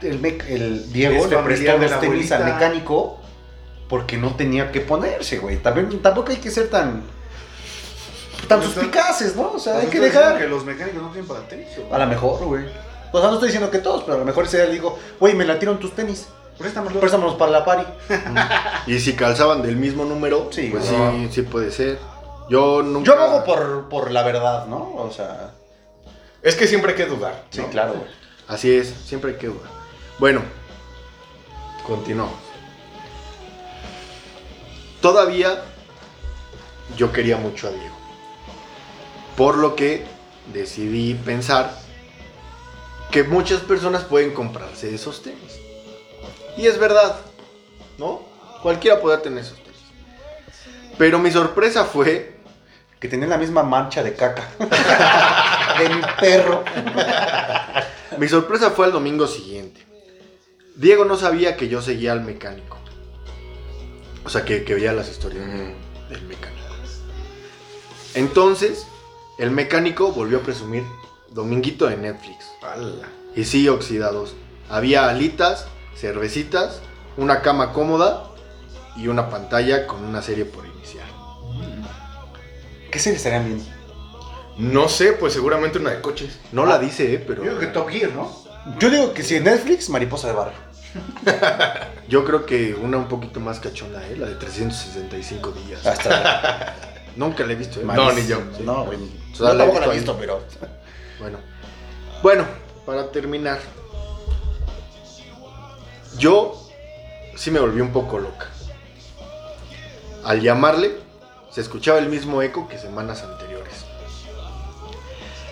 Speaker 5: el, mec- el Diego
Speaker 6: Es
Speaker 5: le prestó
Speaker 6: familiar
Speaker 5: los
Speaker 6: de la
Speaker 5: Este tenis al
Speaker 6: abuelita.
Speaker 5: mecánico porque no tenía que ponerse, güey. También, tampoco hay que ser tan. tan
Speaker 6: No está-
Speaker 5: suspicaces, ¿no? O sea, hay
Speaker 6: Entonces,
Speaker 5: que
Speaker 6: diciendo
Speaker 5: dejar.
Speaker 6: Que los mecánicos no tienen para tenis.
Speaker 5: A lo mejor, güey. O sea, no estoy diciendo que todos, pero a lo mejor ese día le digo, güey, me latieron tus tenis.
Speaker 6: Préstamelo.
Speaker 5: Préstamelos para la party.
Speaker 2: Y si calzaban del mismo número,
Speaker 5: Sí,
Speaker 2: pues
Speaker 5: ajá.
Speaker 2: sí, sí puede ser. Yo nunca...
Speaker 5: Yo lo hago por, por la verdad, ¿no? O sea.
Speaker 4: Es que siempre hay que dudar.
Speaker 5: Sí,
Speaker 4: ¿no?
Speaker 5: claro, güey.
Speaker 2: Así es, siempre hay que dudar. Bueno, continuamos. Todavía yo quería mucho a Diego. Por lo que decidí pensar que muchas personas pueden comprarse esos tenis. Y es verdad, ¿no? Cualquiera puede tener esos tenis. Pero mi sorpresa fue
Speaker 5: Que tenían la misma mancha de caca. de mi perro.
Speaker 2: Mi sorpresa fue el domingo siguiente. Diego no sabía que yo seguía al mecánico. O sea, que, que veía las historias de- del mecánico. Entonces, el mecánico volvió a presumir Dominguito de Netflix.
Speaker 4: ¡Hala!
Speaker 2: Y sí, oxidados. Había alitas, cervecitas, una cama cómoda y una pantalla con una serie por iniciar.
Speaker 5: ¿Qué se le estarían viendo?
Speaker 4: No sé, pues seguramente una de coches.
Speaker 2: No la dice, eh, pero
Speaker 6: Yo creo que Top Gear, ¿no?
Speaker 5: Yo digo que si en Netflix, mariposa de barrio.
Speaker 2: yo creo que una un poquito más cachona, eh, la de 365 días.
Speaker 5: Hasta
Speaker 2: Nunca la he visto. eh.
Speaker 4: No, ni yo.
Speaker 2: Sí.
Speaker 5: No, güey.
Speaker 2: O
Speaker 5: No,
Speaker 2: sea, la he
Speaker 5: tampoco la he
Speaker 2: visto
Speaker 5: visto, pero.
Speaker 2: Bueno. Bueno, para terminar. Yo sí me volví un poco loca. Al llamarle, se escuchaba el mismo eco que semanas anteriores.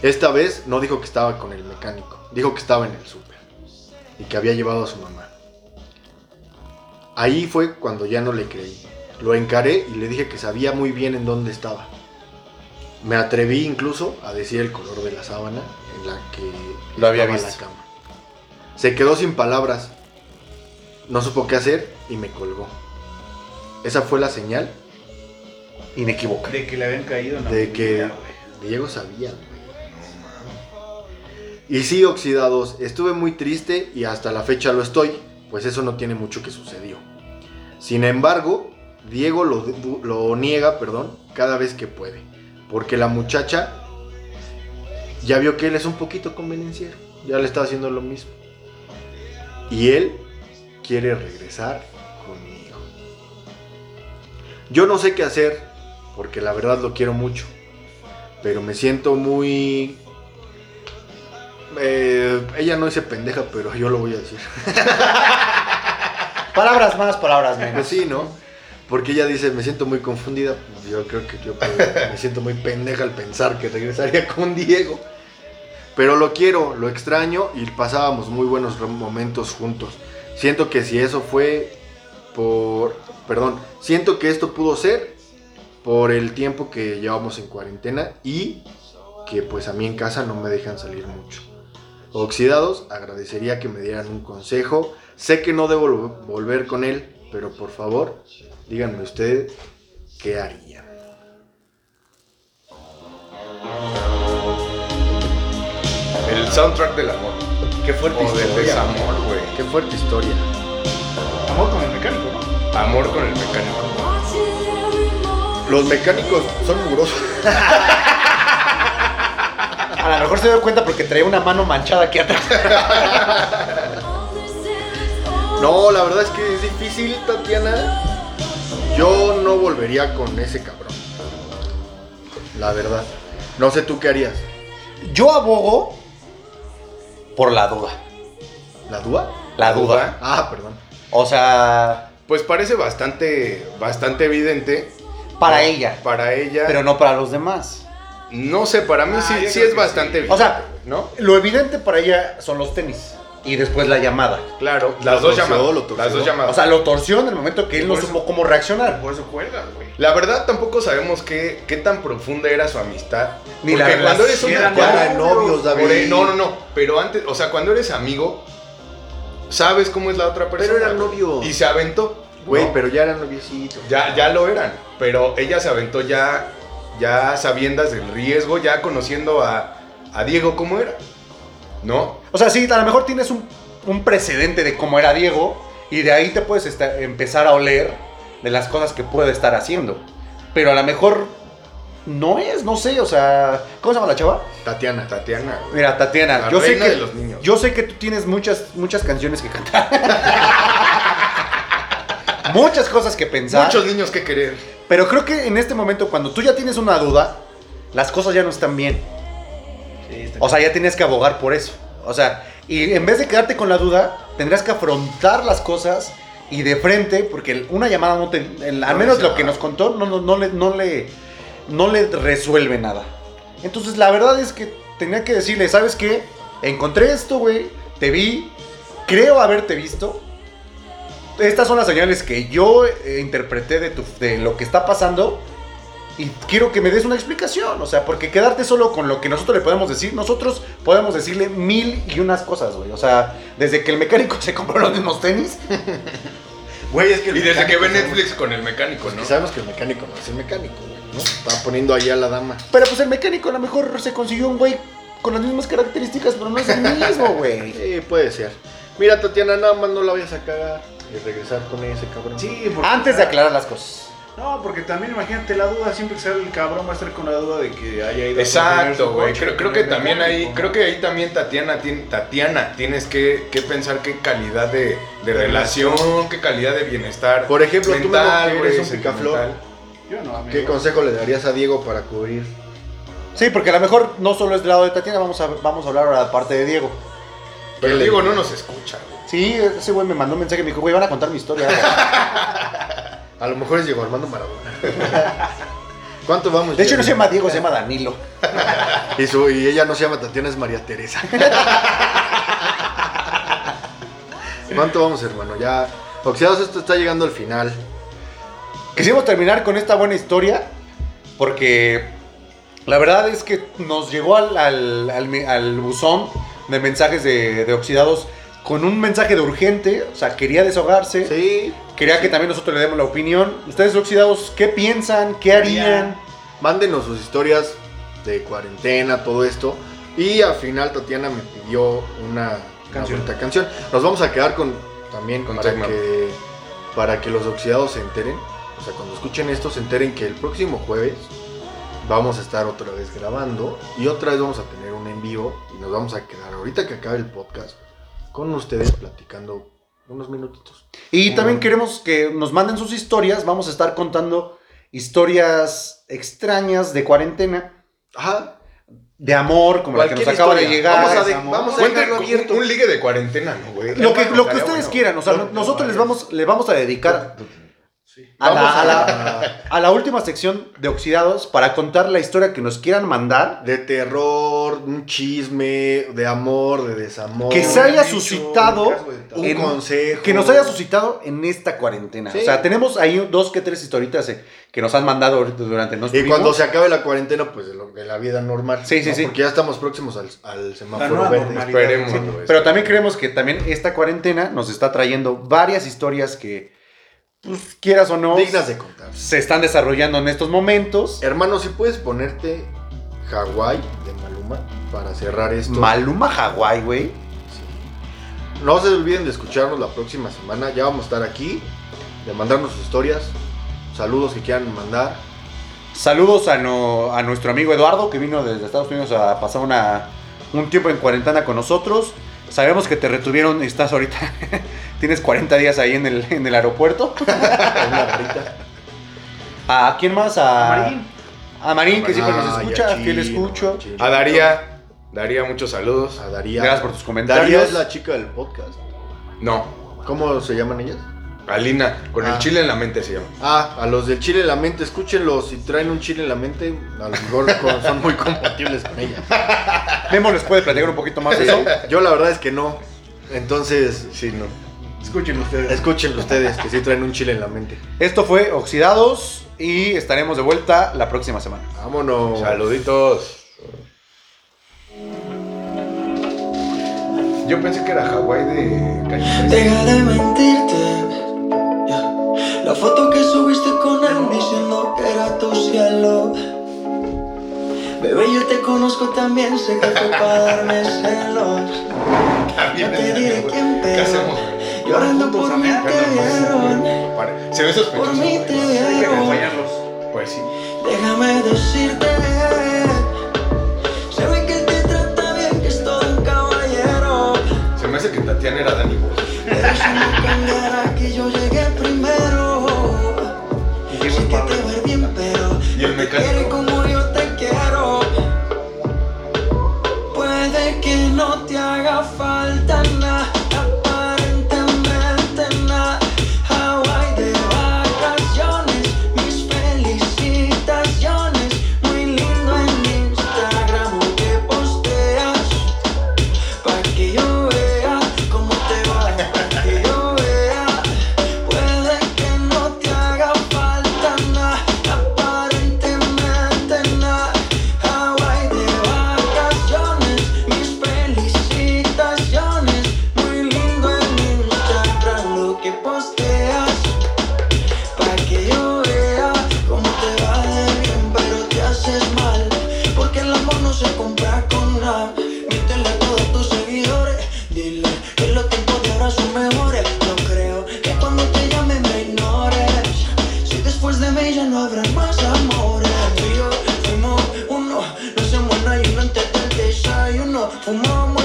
Speaker 2: Esta vez no dijo que estaba con el mecánico, dijo que estaba en el súper y que había llevado a su mamá. Ahí fue cuando ya no le creí. Lo encaré y le dije que sabía muy bien en dónde estaba. Me atreví incluso a decir el color de la sábana en la que
Speaker 4: Lo había
Speaker 2: estaba
Speaker 4: visto.
Speaker 2: la cama. Se quedó sin palabras. No supo qué hacer y me colgó. Esa fue la señal
Speaker 5: Inequívoca.
Speaker 6: De que le habían caído en la
Speaker 2: de que
Speaker 6: familia, güey.
Speaker 2: Diego sabía. güey. Y sí, oxidados, estuve muy triste y hasta la fecha lo estoy, pues eso no tiene mucho que sucedió. Sin embargo, Diego lo, lo niega, perdón, cada vez que puede, porque la muchacha ya vio que él es un poquito convenenciero, ya le está haciendo lo mismo. Y él quiere regresar conmigo. Yo no sé qué hacer, porque la verdad lo quiero mucho. Pero me siento muy... eh, ella no dice pendeja, pero yo lo voy a decir.
Speaker 5: Palabras más, palabras menos.
Speaker 2: Pues sí, ¿no? Porque ella dice, me siento muy confundida. Pues Yo creo que yo puedo- me siento muy pendeja al pensar que regresaría con Diego. Pero lo quiero, lo extraño y pasábamos muy buenos rom- momentos juntos. Siento que si eso fue por... Perdón, siento que esto pudo ser por el tiempo que llevamos en cuarentena y que pues a mí en casa no me dejan salir mucho. Oxidados, agradecería que me dieran un consejo. Sé que no debo vol- volver con él, pero por favor, díganme usted qué haría.
Speaker 4: El soundtrack del amor.
Speaker 2: Qué fuerte
Speaker 4: O del desamor, güey.
Speaker 2: Qué fuerte historia.
Speaker 6: Amor con el mecánico, ¿no?
Speaker 4: Amor con el mecánico.
Speaker 2: Los mecánicos son mugrosos.
Speaker 5: A lo mejor se dio cuenta porque traía una mano manchada aquí atrás.
Speaker 2: No, la verdad es que es difícil, Tatiana. Yo no volvería con ese cabrón. La verdad. No sé tú qué harías.
Speaker 5: Yo abogo por la duda.
Speaker 2: ¿La duda?
Speaker 5: La duda.
Speaker 2: Ah, perdón.
Speaker 5: O sea,
Speaker 4: Pues parece bastante, bastante evidente.
Speaker 5: para ella,
Speaker 4: Para ella.
Speaker 5: pero no para los demás.
Speaker 4: no sé, para
Speaker 2: Ah,
Speaker 4: mí sí, sí es bastante evidente.
Speaker 5: O sea,
Speaker 4: ¿no?
Speaker 5: Lo evidente para ella son los tenis y después la llamada.
Speaker 4: Claro,
Speaker 2: Lo
Speaker 4: las dos
Speaker 2: torció,
Speaker 4: llamadas.
Speaker 2: lo torció.
Speaker 4: Las dos llamadas.
Speaker 5: O sea, lo torció en el momento que él no
Speaker 4: Por eso-
Speaker 5: supo cómo reaccionar.
Speaker 6: Por eso cuelgas, güey.
Speaker 4: La verdad tampoco sabemos qué, qué tan profunda era su amistad.
Speaker 5: Ni la
Speaker 4: Porque
Speaker 5: relación
Speaker 4: cuando eres un
Speaker 5: era
Speaker 4: cuando-
Speaker 2: nada de novios, David.
Speaker 4: por ahí- No, no, no. Pero antes, o sea, cuando eres amigo, sabes cómo es la otra persona.
Speaker 2: eran
Speaker 4: güey.
Speaker 2: novios.
Speaker 4: Y se aventó.
Speaker 2: Güey,
Speaker 4: ¿no?
Speaker 2: pero ya eran noviecitos.
Speaker 4: Ya, ya lo eran. Pero ella se aventó ya, ya sabiendas del riesgo, ya conociendo a, a Diego cómo era. ¿No?
Speaker 5: O sea, sí, a lo mejor tienes un, un precedente de cómo era Diego y de ahí te puedes esta- empezar a oler de las cosas que puede estar haciendo. Pero a lo mejor no es, no sé, o sea, ¿cómo se llama la chava?
Speaker 2: Tatiana.
Speaker 4: Tatiana, güey.
Speaker 5: Mira, Tatiana,
Speaker 4: La
Speaker 5: yo sé
Speaker 4: reina
Speaker 5: que
Speaker 4: de los niños.
Speaker 5: yo sé que tú tienes muchas muchas canciones que cantar. muchas cosas que pensar.
Speaker 4: Muchos niños que querer.
Speaker 5: Pero creo que en este momento, cuando tú ya tienes una duda, las cosas ya no están bien. O sea, ya tienes que abogar por eso. O sea, y en vez de quedarte con la duda, tendrás que afrontar las cosas y de frente, porque el- una llamada no te. el- al
Speaker 4: No
Speaker 5: menos
Speaker 4: dice
Speaker 5: lo que
Speaker 4: nada.
Speaker 5: nos contó, no, no, no le, no, le, no le resuelve nada. Entonces, la verdad es que tenía que decirle: ¿Sabes qué? Encontré esto, güey. Te vi. Creo haberte visto. Estas son las señales que yo eh, interpreté de, tu- de lo que está pasando. Y quiero que me des una explicación. O sea, porque quedarte solo con lo que nosotros le podemos decir, nosotros podemos decirle mil y unas cosas, güey. O sea, desde que el mecánico se compró los mismos tenis.
Speaker 2: Güey, es que el
Speaker 4: Y desde que
Speaker 2: mecánico
Speaker 4: ve
Speaker 2: sabemos-
Speaker 4: Netflix con el mecánico,
Speaker 2: Y
Speaker 4: ¿no?
Speaker 2: sabemos Pues que el mecánico no es el mecánico, güey, ¿no? Está poniendo ahí a la dama.
Speaker 5: Pero pues el mecánico a lo mejor se consiguió un güey con las mismas características, pero no es el mismo, güey.
Speaker 2: Sí, puede ser. Mira, Tatiana, nada más no la vayas a cagar y regresar con ese cabrón.
Speaker 6: Sí, porque-
Speaker 5: Antes de aclarar las cosas.
Speaker 6: No, porque también imagínate la duda, siempre que sale el cabrón va a estar con la duda de que haya ido a poner
Speaker 4: Exacto,
Speaker 6: su
Speaker 4: güey.
Speaker 6: coche,
Speaker 4: Creo, creo que
Speaker 6: poner el
Speaker 4: también ahí,
Speaker 6: mecánico,
Speaker 4: creo que ahí también Tatiana, tien- Tatiana, tienes que, que pensar qué calidad de, de relación, qué calidad de bienestar.
Speaker 2: Por ejemplo, tú, Memo, que
Speaker 4: güey,
Speaker 2: eres un picaflor.
Speaker 4: sentimental.
Speaker 6: ¿no? Yo no, amigo.
Speaker 2: ¿Qué consejo le darías a Diego para cubrir?
Speaker 5: Sí, porque a lo mejor no solo es del lado de Tatiana, vamos a, vamos a hablar ahora de la parte de Diego.
Speaker 4: Pero Diego no nos escucha, güey.
Speaker 5: Sí, ese güey me mandó un mensaje y me dijo, güey, van a contar mi historia.
Speaker 2: A lo mejor es Diego Armando Maradona. ¿Cuánto vamos?
Speaker 5: De hecho, no se llama Diego, se llama Danilo.
Speaker 2: Y, su- y ella no se llama Tatiana, es María Teresa. ¿Cuánto vamos, hermano? Ya, Oxidados, esto está llegando al final.
Speaker 5: Quisimos terminar con esta buena historia porque la verdad es que nos llegó al, al- al me- al buzón de mensajes de, de oxidados con un mensaje de urgente, o sea, quería desahogarse,
Speaker 2: Sí.
Speaker 5: quería que también nosotros le demos la opinión. Ustedes oxidados, ¿qué piensan? ¿Qué harían?
Speaker 2: Mándenos sus historias de cuarentena, todo esto. Y al final Tatiana me pidió una una
Speaker 5: Canción.
Speaker 2: bonita canción. Nos vamos a quedar con también
Speaker 4: Con
Speaker 2: para
Speaker 4: Tecno.
Speaker 2: que para que los oxidados se enteren. O sea, cuando escuchen esto se enteren que el próximo jueves vamos a estar otra vez grabando y otra vez vamos a tener un en vivo y nos vamos a quedar ahorita que acabe el podcast con ustedes platicando unos minutitos.
Speaker 5: Y también queremos que nos manden sus historias, vamos a estar contando historias extrañas de cuarentena,
Speaker 2: Ajá.
Speaker 5: de amor, como la que nos
Speaker 2: Cualquier
Speaker 5: acaba de
Speaker 2: historia.
Speaker 5: llegar.
Speaker 2: Vamos a de-
Speaker 5: amor.
Speaker 2: vamos a
Speaker 4: Cuenten
Speaker 2: dejarlo
Speaker 4: con
Speaker 2: abierto.
Speaker 4: Un, un ligue de cuarentena, ¿no, güey?
Speaker 5: lo que, lo que
Speaker 4: Estaría
Speaker 5: ustedes
Speaker 4: bueno.
Speaker 5: quieran, o sea, no- nosotros les vamos, les vamos a dedicar a,
Speaker 2: Vamos
Speaker 5: la,
Speaker 2: a
Speaker 5: a la- a la última sección de Oxidados para contar la historia que nos quieran mandar,
Speaker 2: De terror, un chisme, de amor, de desamor.
Speaker 5: que se haya suscitado,
Speaker 2: un
Speaker 5: en-
Speaker 2: consejo.
Speaker 5: que nos haya suscitado en esta cuarentena.
Speaker 2: Sí.
Speaker 5: O sea, tenemos ahí dos que tres historitas eh, que nos han mandado ahorita durante
Speaker 2: Y
Speaker 5: nuestro
Speaker 2: cuando se acabe la cuarentena, pues de, lo- de la vida normal.
Speaker 5: Sí, sí, sí.
Speaker 2: Porque ya estamos próximos al, al
Speaker 6: La
Speaker 2: semáforo
Speaker 6: nueva
Speaker 2: verde.
Speaker 6: normalidad.
Speaker 4: Esperemos, güey.
Speaker 5: Pero
Speaker 4: esperemos.
Speaker 5: también creemos que también esta cuarentena nos está trayendo varias historias que, pues, quieras o no,
Speaker 2: Dignas de contar.
Speaker 5: se están desarrollando en estos momentos.
Speaker 2: Hermano, si puedes ponerte Hawái de Maluma para cerrar esto.
Speaker 5: Maluma Hawái, güey.
Speaker 2: No se olviden de escucharnos la próxima semana. Ya vamos a estar aquí. De mandarnos sus historias. Saludos que quieran mandar.
Speaker 5: Saludos a, no- a nuestro amigo Eduardo que vino desde Estados Unidos a pasar una, un tiempo en cuarentena con nosotros. Sabemos que te retuvieron, estás ahorita, tienes 40 días ahí en el, en el aeropuerto. ¿A quién más? A,
Speaker 6: A Marín.
Speaker 5: A Marín, que siempre nos
Speaker 2: Ay,
Speaker 5: escucha,
Speaker 2: a
Speaker 5: que le
Speaker 2: Chino,
Speaker 5: escucho.
Speaker 2: Chino.
Speaker 4: A Daría. Daría, muchos saludos.
Speaker 2: A Daría.
Speaker 5: Gracias por tus
Speaker 2: Daría
Speaker 5: comentarios.
Speaker 2: es la chica del podcast.
Speaker 4: No,
Speaker 2: ¿Cómo se llaman ellas?
Speaker 4: Alina, con
Speaker 2: Ah.
Speaker 4: el chile en la mente se llama.
Speaker 2: Ah, a los del chile en la mente, escúchenlos. Si traen un chile en la mente, a lo mejor co- son muy compatibles con ellas.
Speaker 5: Memo les puede platicar un poquito más de eso.
Speaker 2: Yo la verdad es que no. Entonces,
Speaker 4: Sí, no.
Speaker 6: Escuchen ustedes.
Speaker 2: escúchenlo ustedes, que sí traen un chile en la mente.
Speaker 5: Esto fue Oxidados y estaremos de vuelta la próxima semana.
Speaker 2: Vámonos.
Speaker 4: Saluditos. Yo pensé que era Hawái de Calle 13.
Speaker 1: Deja de mentirte. ya. La foto que subiste con él diciendo que era tu cielo. Bebé, yo te conozco también, sé que fue para darme celos. Ya te diré quién,
Speaker 4: ¿Qué
Speaker 1: pero
Speaker 4: hacemos?
Speaker 1: llorando por mí te vieron.
Speaker 4: Pare- Se ve sospechoso.
Speaker 1: Por mí te
Speaker 4: güey.
Speaker 6: Hay que
Speaker 1: vieron.
Speaker 6: acompañarlos.
Speaker 4: Pues sí.
Speaker 1: Déjame decirte, se ve que él te trata bien, que es todo un caballero.
Speaker 4: Se me hace que Tatiana era Dani Boy.
Speaker 1: Pero eso no cambiará que yo llegué primero.
Speaker 6: Y
Speaker 1: Sé
Speaker 6: llegó
Speaker 1: que
Speaker 6: el
Speaker 1: te
Speaker 6: Pablo.
Speaker 1: va bien, pero
Speaker 4: Y el
Speaker 1: te quiere
Speaker 4: mecánico.
Speaker 1: como yo te quiero. Puede que no te haga falta nada, aparentemente nada. Hawaii de vacaciones, mis felicitaciones. Muy lindo en Instagram lo que posteas. Pa' que yo vea cómo te va, pa' que yo vea. Puede que no te haga falta nada, aparentemente nada. Hawaii de vacaciones, mis felicitaciones. Muy lindo en Instagram lo que posteas. Pa' que yo vea cómo te va de bien, pero te haces mal. Porque el amor no se compra con nada. Míntele a todos tus seguidores. Dile que los tiempos de ahora son mejores. No creo que cuando te llame me ignores. Si después de mí ya no habrá más amores. Tú y yo fuimos uno, no se muera y uno antes del desayuno. Fumamos